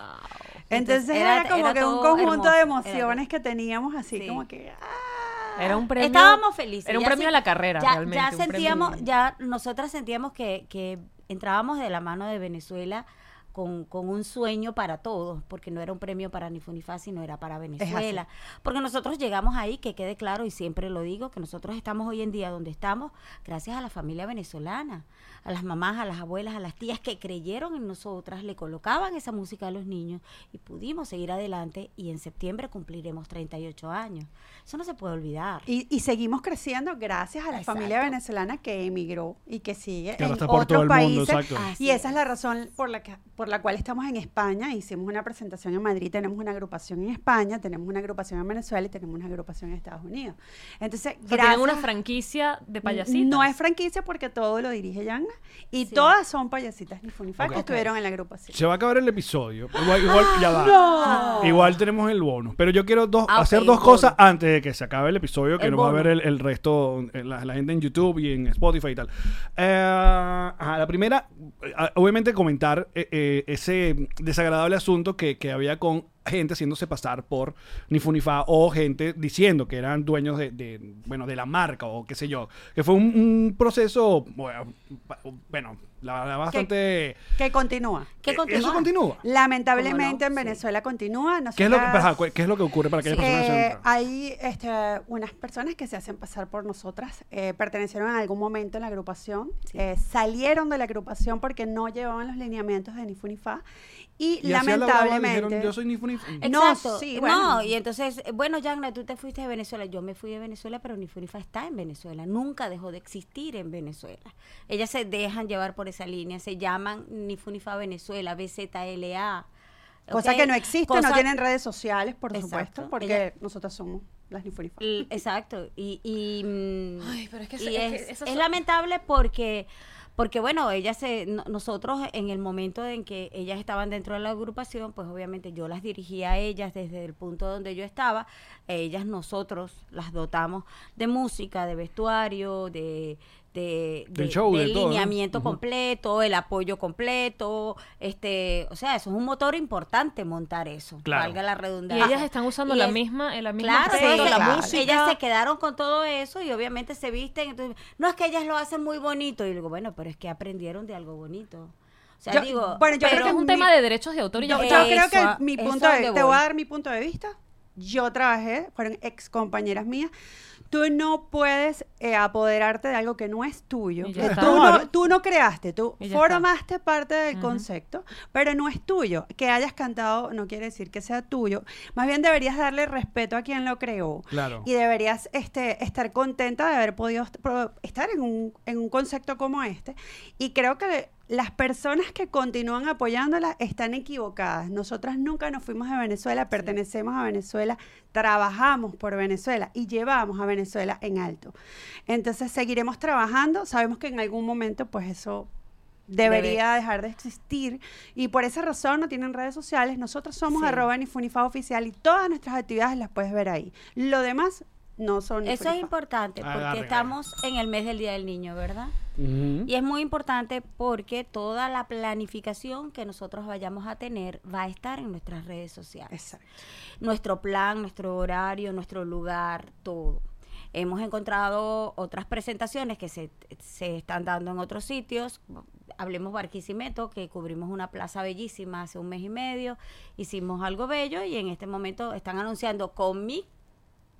Speaker 6: Entonces
Speaker 5: Entonces,
Speaker 6: era,
Speaker 5: era-
Speaker 6: como
Speaker 5: era
Speaker 6: que un
Speaker 5: todo
Speaker 6: conjunto de
Speaker 5: hermoso, era
Speaker 6: emociones
Speaker 5: todo.
Speaker 6: que teníamos así,
Speaker 5: Sí.
Speaker 6: como que... ah,
Speaker 2: Era un premio.
Speaker 5: Estábamos felices.
Speaker 2: Era un
Speaker 5: ya
Speaker 2: premio
Speaker 5: sí-
Speaker 2: a la carrera,
Speaker 5: ya,
Speaker 2: realmente.
Speaker 5: Ya
Speaker 2: un premio-
Speaker 5: sentíamos, ya nosotras sentíamos que, que entrábamos de la mano de Venezuela con, con un sueño para todos, porque no era un premio para ni Funifaci, no era para Venezuela. Porque nosotros llegamos ahí, que quede claro, y siempre lo digo, que nosotros estamos hoy en día donde estamos, gracias a la familia venezolana, a las mamás, a las abuelas, a las tías que creyeron en nosotras, le colocaban esa música a los niños y pudimos seguir adelante y en septiembre cumpliremos 38 años. Eso no se puede olvidar.
Speaker 6: Y, y seguimos creciendo gracias a la familia
Speaker 5: Exacto.
Speaker 6: venezolana que emigró y que sigue
Speaker 4: Que ahora
Speaker 6: en
Speaker 4: está por todo
Speaker 6: otros
Speaker 4: el mundo,
Speaker 6: países.
Speaker 4: exacto.
Speaker 5: Así
Speaker 6: y esa es
Speaker 5: es.
Speaker 6: la razón por la, que- por la cual estamos en España. Hicimos una presentación en Madrid, tenemos una agrupación en España, tenemos una agrupación en Venezuela y tenemos una agrupación en Estados Unidos. Entonces,
Speaker 2: O sea, tienen una
Speaker 6: gracias- Mm,
Speaker 2: franquicia de payasitas.
Speaker 6: No es franquicia porque todo lo dirige Yanna y
Speaker 5: Sí.
Speaker 6: todas son payasitas ni Funifar
Speaker 4: Ok.
Speaker 6: que estuvieron en la agrupación.
Speaker 4: Se va a acabar el episodio. Igual, igual- ya va. Igual tenemos el bonus. Pero yo quiero dos,
Speaker 5: Ah, Ah,
Speaker 4: hacer
Speaker 5: ok,
Speaker 4: dos
Speaker 5: el
Speaker 4: cosas
Speaker 5: bonus.
Speaker 4: antes de que se acabe el episodio, que
Speaker 5: El
Speaker 4: no va a ver el,
Speaker 5: bonus.
Speaker 4: el resto, eh, la, la gente en YouTube y en Spotify y tal. Eh, ajá, la primera, eh, ah, obviamente comentar eh, eh, ese desagradable asunto que, que había con gente haciéndose pasar por Nifunifá o gente diciendo que eran dueños de, de, bueno de la marca o qué sé yo que fue un, un proceso bueno, pa- bueno la verdad bastante
Speaker 6: Que continúa.
Speaker 5: ¿Qué
Speaker 4: Eh,
Speaker 5: continúa?
Speaker 4: Eso continúa.
Speaker 6: Lamentablemente
Speaker 5: ¿Cómo no?
Speaker 6: en
Speaker 5: Sí.
Speaker 6: Venezuela continúa.
Speaker 4: ¿Qué es, lo que,
Speaker 6: nosotras-
Speaker 4: ajá, cu- ¿Qué es lo que ocurre para aquellas
Speaker 6: Sí.
Speaker 4: personas que
Speaker 6: Eh,
Speaker 4: se entran?
Speaker 6: hay este, unas personas que se hacen pasar por nosotras, eh, pertenecieron en algún momento a la agrupación, eh, salieron de la agrupación porque no llevaban los lineamientos de Nifunifa y,
Speaker 4: Y así a la brava
Speaker 6: lamentablemente...
Speaker 4: dijeron, yo soy ni fu ni fu".
Speaker 6: Eh, No,
Speaker 5: Exacto.
Speaker 6: sí,
Speaker 5: No,
Speaker 6: bueno.
Speaker 5: y entonces, eh, bueno, Yagna, tú te fuiste de Venezuela. Yo me fui de Venezuela, pero Nifunifa está en Venezuela. Nunca dejó de existir en Venezuela. Ellas se dejan llevar por esa línea. Se llaman Nifunifa Venezuela, BZLA.
Speaker 6: Cosa
Speaker 5: ¿ok?
Speaker 6: que no existe, no
Speaker 5: Cosa-
Speaker 6: tienen redes sociales, por
Speaker 5: Exacto.
Speaker 6: supuesto, porque
Speaker 5: Ella-
Speaker 6: nosotras somos las Nifunifa.
Speaker 5: L- Exacto. Y, y, mm,
Speaker 2: Ay, pero es que
Speaker 5: y
Speaker 2: se- es que
Speaker 5: es,
Speaker 2: esas
Speaker 5: es
Speaker 2: son-
Speaker 5: lamentable porque, porque bueno, ellas se, no- nosotros en el momento en que ellas estaban dentro de la agrupación, pues obviamente yo las dirigía a ellas desde el punto donde yo estaba. Ellas nosotros las dotamos de música, de vestuario, de de,
Speaker 4: Del show, de todo, ¿no?
Speaker 5: lineamiento
Speaker 4: Ujú.
Speaker 5: completo, el apoyo completo, este, o sea, eso es un motor importante montar eso,
Speaker 4: Claro.
Speaker 5: valga la
Speaker 2: Y
Speaker 5: redundancia.
Speaker 2: ellas están usando
Speaker 5: Y
Speaker 2: la
Speaker 5: es-
Speaker 2: misma, eh, la misma
Speaker 5: Claro,
Speaker 2: foto,
Speaker 5: ellas,
Speaker 2: la
Speaker 6: claro.
Speaker 2: música.
Speaker 5: ellas se quedaron con todo eso y obviamente se visten. Entonces, no es que ellas lo hacen muy bonito. Y yo digo, bueno, pero es que aprendieron de algo bonito. O sea,
Speaker 6: Yo-
Speaker 5: digo,
Speaker 6: bueno, yo creo
Speaker 2: Pero
Speaker 5: pero
Speaker 2: es un
Speaker 6: mi-
Speaker 2: tema de derechos de autor y
Speaker 6: Yo,
Speaker 2: ya
Speaker 5: Eh,
Speaker 6: yo
Speaker 2: está.
Speaker 6: creo
Speaker 5: eso-
Speaker 6: que mi
Speaker 5: eso
Speaker 6: punto de,
Speaker 5: es donde
Speaker 6: te voy a
Speaker 5: voy.
Speaker 6: dar mi punto de vista. Yo trabajé, fueron ex compañeras mías. Tú no puedes eh, apoderarte de algo que no es tuyo.
Speaker 2: Y ya
Speaker 6: que
Speaker 2: está.
Speaker 6: tú, no, tú no creaste, tú
Speaker 2: Y ya
Speaker 6: formaste parte del
Speaker 2: Ujú.
Speaker 6: concepto, pero no es tuyo. Que hayas cantado no quiere decir que sea tuyo. Más bien deberías darle respeto a quien lo creó.
Speaker 4: Claro.
Speaker 6: Y deberías este, estar contenta de haber podido est- pro- estar en un, en un concepto como este. Y creo que las personas que continúan apoyándola están equivocadas. Nosotras nunca nos fuimos de Venezuela, pertenecemos a Venezuela, trabajamos por Venezuela y llevamos a Venezuela en alto. Entonces seguiremos trabajando. Sabemos que en algún momento, pues eso debería dejar de existir y por esa razón no tienen redes sociales. Nosotros somos
Speaker 5: Sí.
Speaker 6: arroba Nifunifa oficial y todas nuestras actividades las puedes ver ahí. Lo demás no son
Speaker 5: eso
Speaker 6: Nifunifa.
Speaker 5: es importante porque
Speaker 4: Agarre,
Speaker 5: estamos en el mes del Día del Niño, ¿verdad?
Speaker 4: Ujú.
Speaker 5: Y es muy importante porque toda la planificación que nosotros vayamos a tener va a estar en nuestras redes sociales.
Speaker 6: Exacto.
Speaker 5: nuestro plan, nuestro horario, nuestro lugar, todo. Hemos encontrado otras presentaciones que se, se están dando en otros sitios. Hablemos Barquisimeto, que cubrimos una plaza bellísima hace un mes y medio. Hicimos algo bello y en este momento están anunciando con mi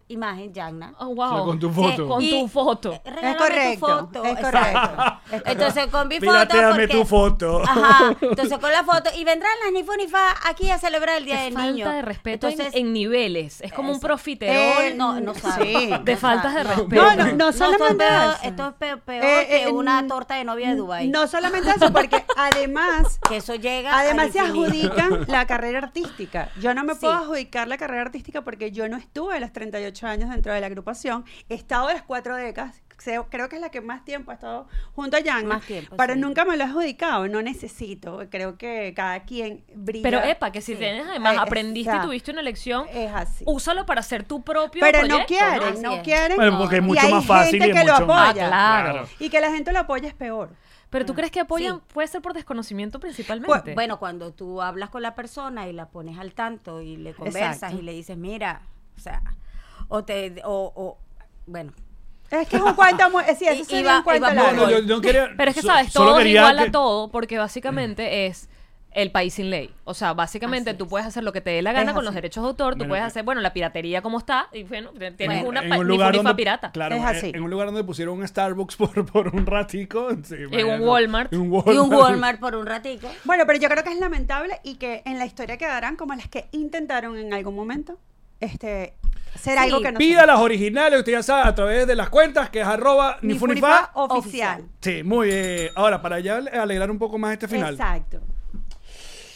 Speaker 5: imagen, Yagna.
Speaker 2: Oh,
Speaker 4: O sea,
Speaker 2: wow.
Speaker 4: con tu
Speaker 2: Sí,
Speaker 4: foto.
Speaker 2: con
Speaker 5: Y-
Speaker 2: tu foto.
Speaker 5: Regálame
Speaker 6: Es
Speaker 5: tu
Speaker 6: correcto,
Speaker 5: foto.
Speaker 6: es
Speaker 5: Exacto.
Speaker 6: correcto, es correcto.
Speaker 5: Entonces con mi foto.
Speaker 4: Pirateame
Speaker 5: porque-
Speaker 4: tu foto.
Speaker 5: Ajá. Entonces con la foto. Y vendrán las Nifunifá aquí a celebrar el Día
Speaker 2: Es
Speaker 5: del
Speaker 2: falta
Speaker 5: Niño.
Speaker 2: de respeto en-
Speaker 5: Entonces,
Speaker 2: en, niveles. Es como un
Speaker 5: Exacto.
Speaker 2: profiterol.
Speaker 6: Eh,
Speaker 5: no, no sabe.
Speaker 6: sí.
Speaker 2: De faltas de
Speaker 5: no.
Speaker 2: respeto.
Speaker 6: No, no, no solamente
Speaker 5: esto es
Speaker 6: eso.
Speaker 5: peor, esto es pe- peor,
Speaker 6: Eh,
Speaker 5: que
Speaker 6: eh,
Speaker 5: una
Speaker 6: n-
Speaker 5: torta de novia de Dubai.
Speaker 6: No solamente eso, porque además
Speaker 5: que eso llega
Speaker 6: Además
Speaker 5: al
Speaker 6: se
Speaker 5: infinito.
Speaker 6: adjudican la carrera artística. Yo no me
Speaker 5: Sí.
Speaker 6: puedo adjudicar la carrera artística porque yo no estuve a los 38 años dentro de la agrupación. He estado las cuatro décadas. se- Creo que es la que más tiempo he estado junto a Yang.
Speaker 5: Más tiempo,
Speaker 6: Pero
Speaker 5: sí.
Speaker 6: nunca me lo he adjudicado. No necesito. Creo que cada quien brilla.
Speaker 2: Pero epa, que si
Speaker 5: Sí.
Speaker 2: tienes además,
Speaker 6: Eh,
Speaker 2: aprendiste y
Speaker 6: exacto.
Speaker 2: tuviste una elección,
Speaker 6: Es así.
Speaker 2: úsalo para hacer tu propio
Speaker 6: Pero no
Speaker 2: proyecto,
Speaker 6: quieren,
Speaker 5: Así
Speaker 6: no
Speaker 5: es.
Speaker 6: quieren.
Speaker 4: Bueno, porque es
Speaker 6: Y
Speaker 4: mucho
Speaker 6: hay
Speaker 4: más fácil
Speaker 6: gente
Speaker 4: y es
Speaker 6: que lo
Speaker 4: mucho más-
Speaker 6: apoya.
Speaker 2: Ah, claro.
Speaker 6: Y que la gente lo apoya es peor.
Speaker 2: Pero tú crees que apoyan,
Speaker 5: Sí.
Speaker 2: puede ser por desconocimiento principalmente.
Speaker 5: Bueno, cuando tú hablas con la persona y la pones al tanto y le conversas
Speaker 6: Exacto.
Speaker 5: y le dices, mira, o sea, o te, o, o bueno,
Speaker 6: Es que es un cuento muy. Sí, eso
Speaker 5: Y-
Speaker 6: sería
Speaker 5: iba-
Speaker 6: un cuento
Speaker 5: iba
Speaker 4: No,
Speaker 6: largo.
Speaker 4: no, yo no quería.
Speaker 2: Pero es que
Speaker 4: so-
Speaker 2: sabes,
Speaker 4: solo
Speaker 2: todo es
Speaker 4: quería
Speaker 2: igual
Speaker 4: que-
Speaker 2: a todo, porque básicamente es el país sin ley. O sea, básicamente
Speaker 5: Así
Speaker 2: tú
Speaker 5: es.
Speaker 2: puedes hacer lo que te dé la gana
Speaker 6: Es
Speaker 2: con los
Speaker 6: así.
Speaker 2: derechos de autor, tú
Speaker 4: Bueno,
Speaker 2: puedes
Speaker 4: eh,
Speaker 2: hacer, bueno, la piratería como está, y bueno, tienes
Speaker 5: Bueno,
Speaker 2: una
Speaker 4: en
Speaker 2: pa- ni
Speaker 4: un lugar
Speaker 2: fu ni fa
Speaker 4: donde,
Speaker 2: pirata.
Speaker 4: Claro,
Speaker 6: Es
Speaker 4: en-
Speaker 6: así.
Speaker 4: en un lugar donde pusieron un Starbucks por, por un ratico. sí, bueno,
Speaker 2: Walmart.
Speaker 4: y
Speaker 5: Y un Walmart por un ratico.
Speaker 6: Bueno, pero yo creo que es lamentable y que en la historia quedarán como las que intentaron en algún momento este, ser algo que no
Speaker 4: Pida las originales, usted ya sabe, a través de las cuentas, que es arroba
Speaker 6: son. Ni
Speaker 4: ni
Speaker 6: fu ni fa oficial.
Speaker 4: Sí, muy bien. Ahora, para ya alegrar un poco más este final. Ah,
Speaker 6: Exacto.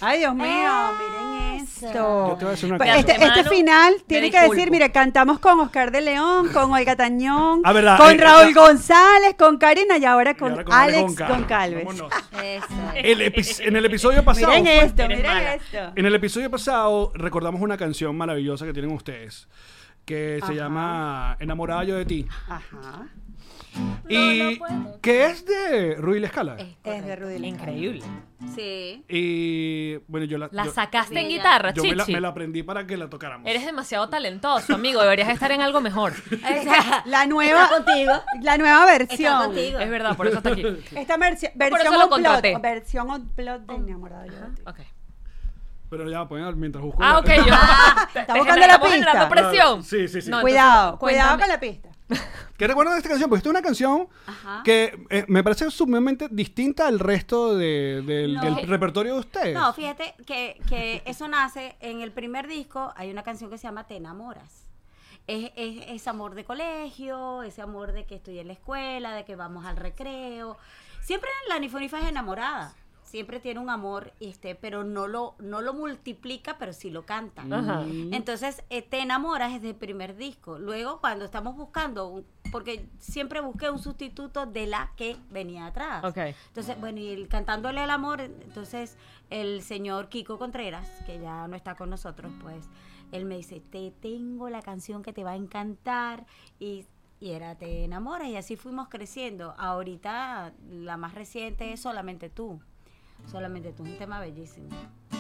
Speaker 6: Ay, Dios mío, miren esto.
Speaker 4: Yo te voy a decir una
Speaker 6: Pero
Speaker 4: cosa.
Speaker 6: este,
Speaker 2: De antemano,
Speaker 6: este final
Speaker 2: me
Speaker 6: tiene que
Speaker 2: disculpo.
Speaker 6: decir, mire, cantamos con Oscar de León, con Olga Tañón,
Speaker 4: Ah, verdad,
Speaker 6: con
Speaker 4: eh,
Speaker 6: Raúl
Speaker 4: ya.
Speaker 6: González, con Karina y ahora
Speaker 4: Y
Speaker 6: con,
Speaker 4: ahora con
Speaker 6: Alex
Speaker 4: Gonca.
Speaker 6: Goncalves.
Speaker 4: Vámonos.
Speaker 5: Exacto.
Speaker 4: El epi- en el episodio pasado.
Speaker 6: Miren
Speaker 4: fue-
Speaker 6: esto,
Speaker 2: eres
Speaker 6: miren
Speaker 2: mala.
Speaker 6: esto.
Speaker 4: En el episodio pasado recordamos una canción maravillosa que tienen ustedes, que se llama Enamorada yo de ti.
Speaker 6: Ajá.
Speaker 4: y que es de Rui La Escala.
Speaker 2: Eh.
Speaker 6: Es de Rudy Lee.
Speaker 2: Increíble.
Speaker 5: Sí.
Speaker 4: Y bueno, yo la,
Speaker 2: La
Speaker 4: yo-
Speaker 2: sacaste en
Speaker 5: Mira.
Speaker 2: guitarra,
Speaker 4: yo me, la,
Speaker 2: chichi.
Speaker 4: me la aprendí para que la tocáramos.
Speaker 2: Eres demasiado talentoso, amigo. Deberías estar en algo mejor.
Speaker 6: La nueva,
Speaker 5: Está contigo.
Speaker 6: la nueva
Speaker 5: Está
Speaker 6: versión.
Speaker 5: contigo.
Speaker 2: Es verdad, por eso está aquí.
Speaker 6: Esta merci-
Speaker 2: eso
Speaker 6: versión
Speaker 2: lo
Speaker 6: on-plot,
Speaker 2: contraté.
Speaker 6: o versión on-plot de Enamorado yo de ti.
Speaker 2: Ok.
Speaker 4: Pero ya, pues, mientras busco.
Speaker 2: Ah,
Speaker 4: la-
Speaker 2: ok, yo.
Speaker 6: Estamos buscando la
Speaker 2: estamos generando
Speaker 6: pista.
Speaker 2: presión.
Speaker 4: Sí, sí, sí.
Speaker 2: No,
Speaker 6: Cuidado,
Speaker 2: entonces,
Speaker 6: cuidado
Speaker 2: cuéntame.
Speaker 6: con la pista.
Speaker 4: ¿Qué recuerdan de esta canción? Porque esta es una canción que eh, me parece sumamente distinta al resto de- del,
Speaker 5: No.
Speaker 2: eh,
Speaker 4: del repertorio de ustedes.
Speaker 5: No, fíjate que, que eso nace en el primer disco. Hay una canción que se llama Te enamoras. Es, es, es amor de colegio, ese amor de que estoy en la escuela, de que vamos al recreo. Siempre la Nifunifa es enamorada. Siempre tiene un amor, este, pero no lo, no lo multiplica, pero sí lo canta.
Speaker 2: Ajá.
Speaker 5: Entonces, eh, te enamoras desde el primer disco. Luego, cuando estamos buscando, un- porque siempre busqué un sustituto de la que venía atrás.
Speaker 2: Ok.
Speaker 5: Entonces, bueno, y el cantándole el amor, entonces el señor Kiko Contreras, que ya no está con nosotros, pues él me dice, te tengo la canción que te va a encantar y, y era Te enamoras y así fuimos creciendo. Ahorita la más reciente es Solamente tú. Solamente tú es un tema bellísimo.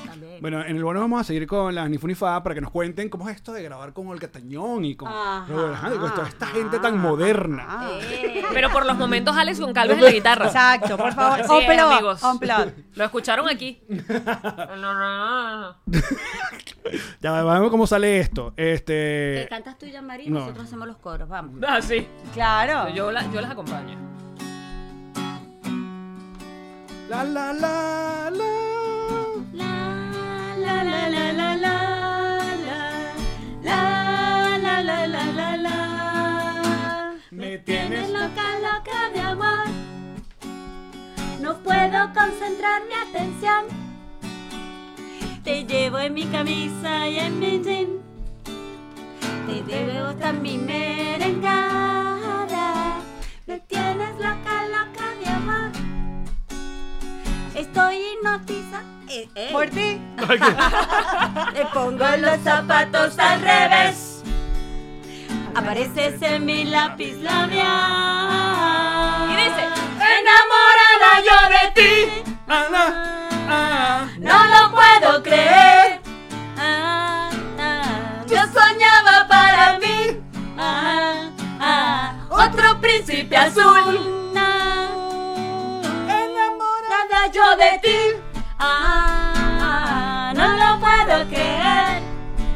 Speaker 5: También.
Speaker 4: Bueno, en el bueno vamos a seguir con las Nifunifa para que nos cuenten cómo es esto de grabar con Olga Tañón y con,
Speaker 5: Ajá.
Speaker 4: Raúl Alejandro y con toda esta gente tan moderna.
Speaker 6: Ah.
Speaker 5: Eh,
Speaker 2: Pero por los momentos, Alex Goncalves en la guitarra.
Speaker 6: Exacto, por favor.
Speaker 2: Así es,
Speaker 6: On-plot,
Speaker 2: amigos.
Speaker 6: on-plot.
Speaker 2: Lo escucharon aquí. No, no, no.
Speaker 4: Ya vemos cómo sale esto.
Speaker 5: que
Speaker 4: Este,
Speaker 5: cantas tú, María,
Speaker 4: no.
Speaker 5: nosotros hacemos los coros, vamos.
Speaker 2: Ah, sí.
Speaker 6: Claro.
Speaker 2: Yo, la- yo las acompaño.
Speaker 4: La la la la. Me tienes
Speaker 5: loca, loca de amor. No puedo concentrar mi atención. Te llevo en mi camisa y en mi jean. Te debo hasta mi merengada. Me tienes loca, loca de amor. Estoy hipnotizada. Eh, eh.
Speaker 6: Por ti.
Speaker 5: Te pongo los zapatos al revés. Apareces en mi lápiz labial.
Speaker 2: Y dice,
Speaker 5: enamorada yo de ti.
Speaker 4: Ah, ah, ah.
Speaker 5: No lo puedo creer. Ah, ah, yo soñaba para mí. Ah, ah, otro príncipe azul. Ah, Enamorada yo de ti. Ah, ah, no lo puedo creer.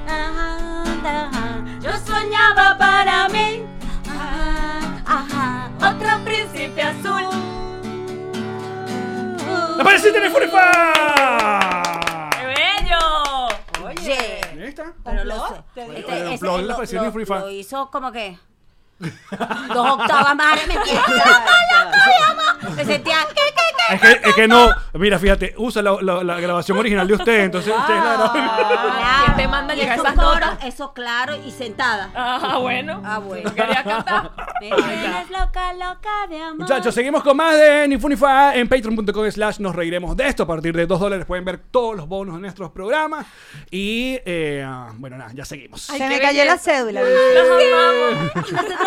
Speaker 5: Ah, ah, yo soñaba para mí. Ah, ah, otro príncipe azul.
Speaker 4: ¡Apareciste Nifunifa!
Speaker 2: ¡Qué bello!
Speaker 5: Yeah.
Speaker 4: Ahí está.
Speaker 5: Pero lo,
Speaker 6: Te digo.
Speaker 5: este-
Speaker 4: Pero
Speaker 5: ese-
Speaker 4: Blondie
Speaker 5: lo-
Speaker 4: la pareció
Speaker 5: lo-
Speaker 4: New Free Fan.
Speaker 5: lo hizo como que dos octavas más, ¿me entiendes? Me sentía que, que,
Speaker 4: Es que, es que no, mira, fíjate, usa la, la- la grabación original de ustedes, entonces ustedes la grabaron.
Speaker 2: ¿Quién te manda a
Speaker 5: Y
Speaker 2: llegar
Speaker 5: esos
Speaker 2: esas notas?
Speaker 5: coros, Eso claro y sentada.
Speaker 2: Ah, bueno.
Speaker 5: Ah, bueno.
Speaker 2: No quería cantar.
Speaker 5: Me tienes loca, loca de amor.
Speaker 4: Muchachos, seguimos con más de Nifunifa en patreon.com slash nos reiremos de esto. A partir de 2 dólares pueden ver todos los bonos de nuestros programas. Y eh, ah, bueno, nada, ya seguimos.
Speaker 6: Se me cayó la cédula.
Speaker 5: Nosotros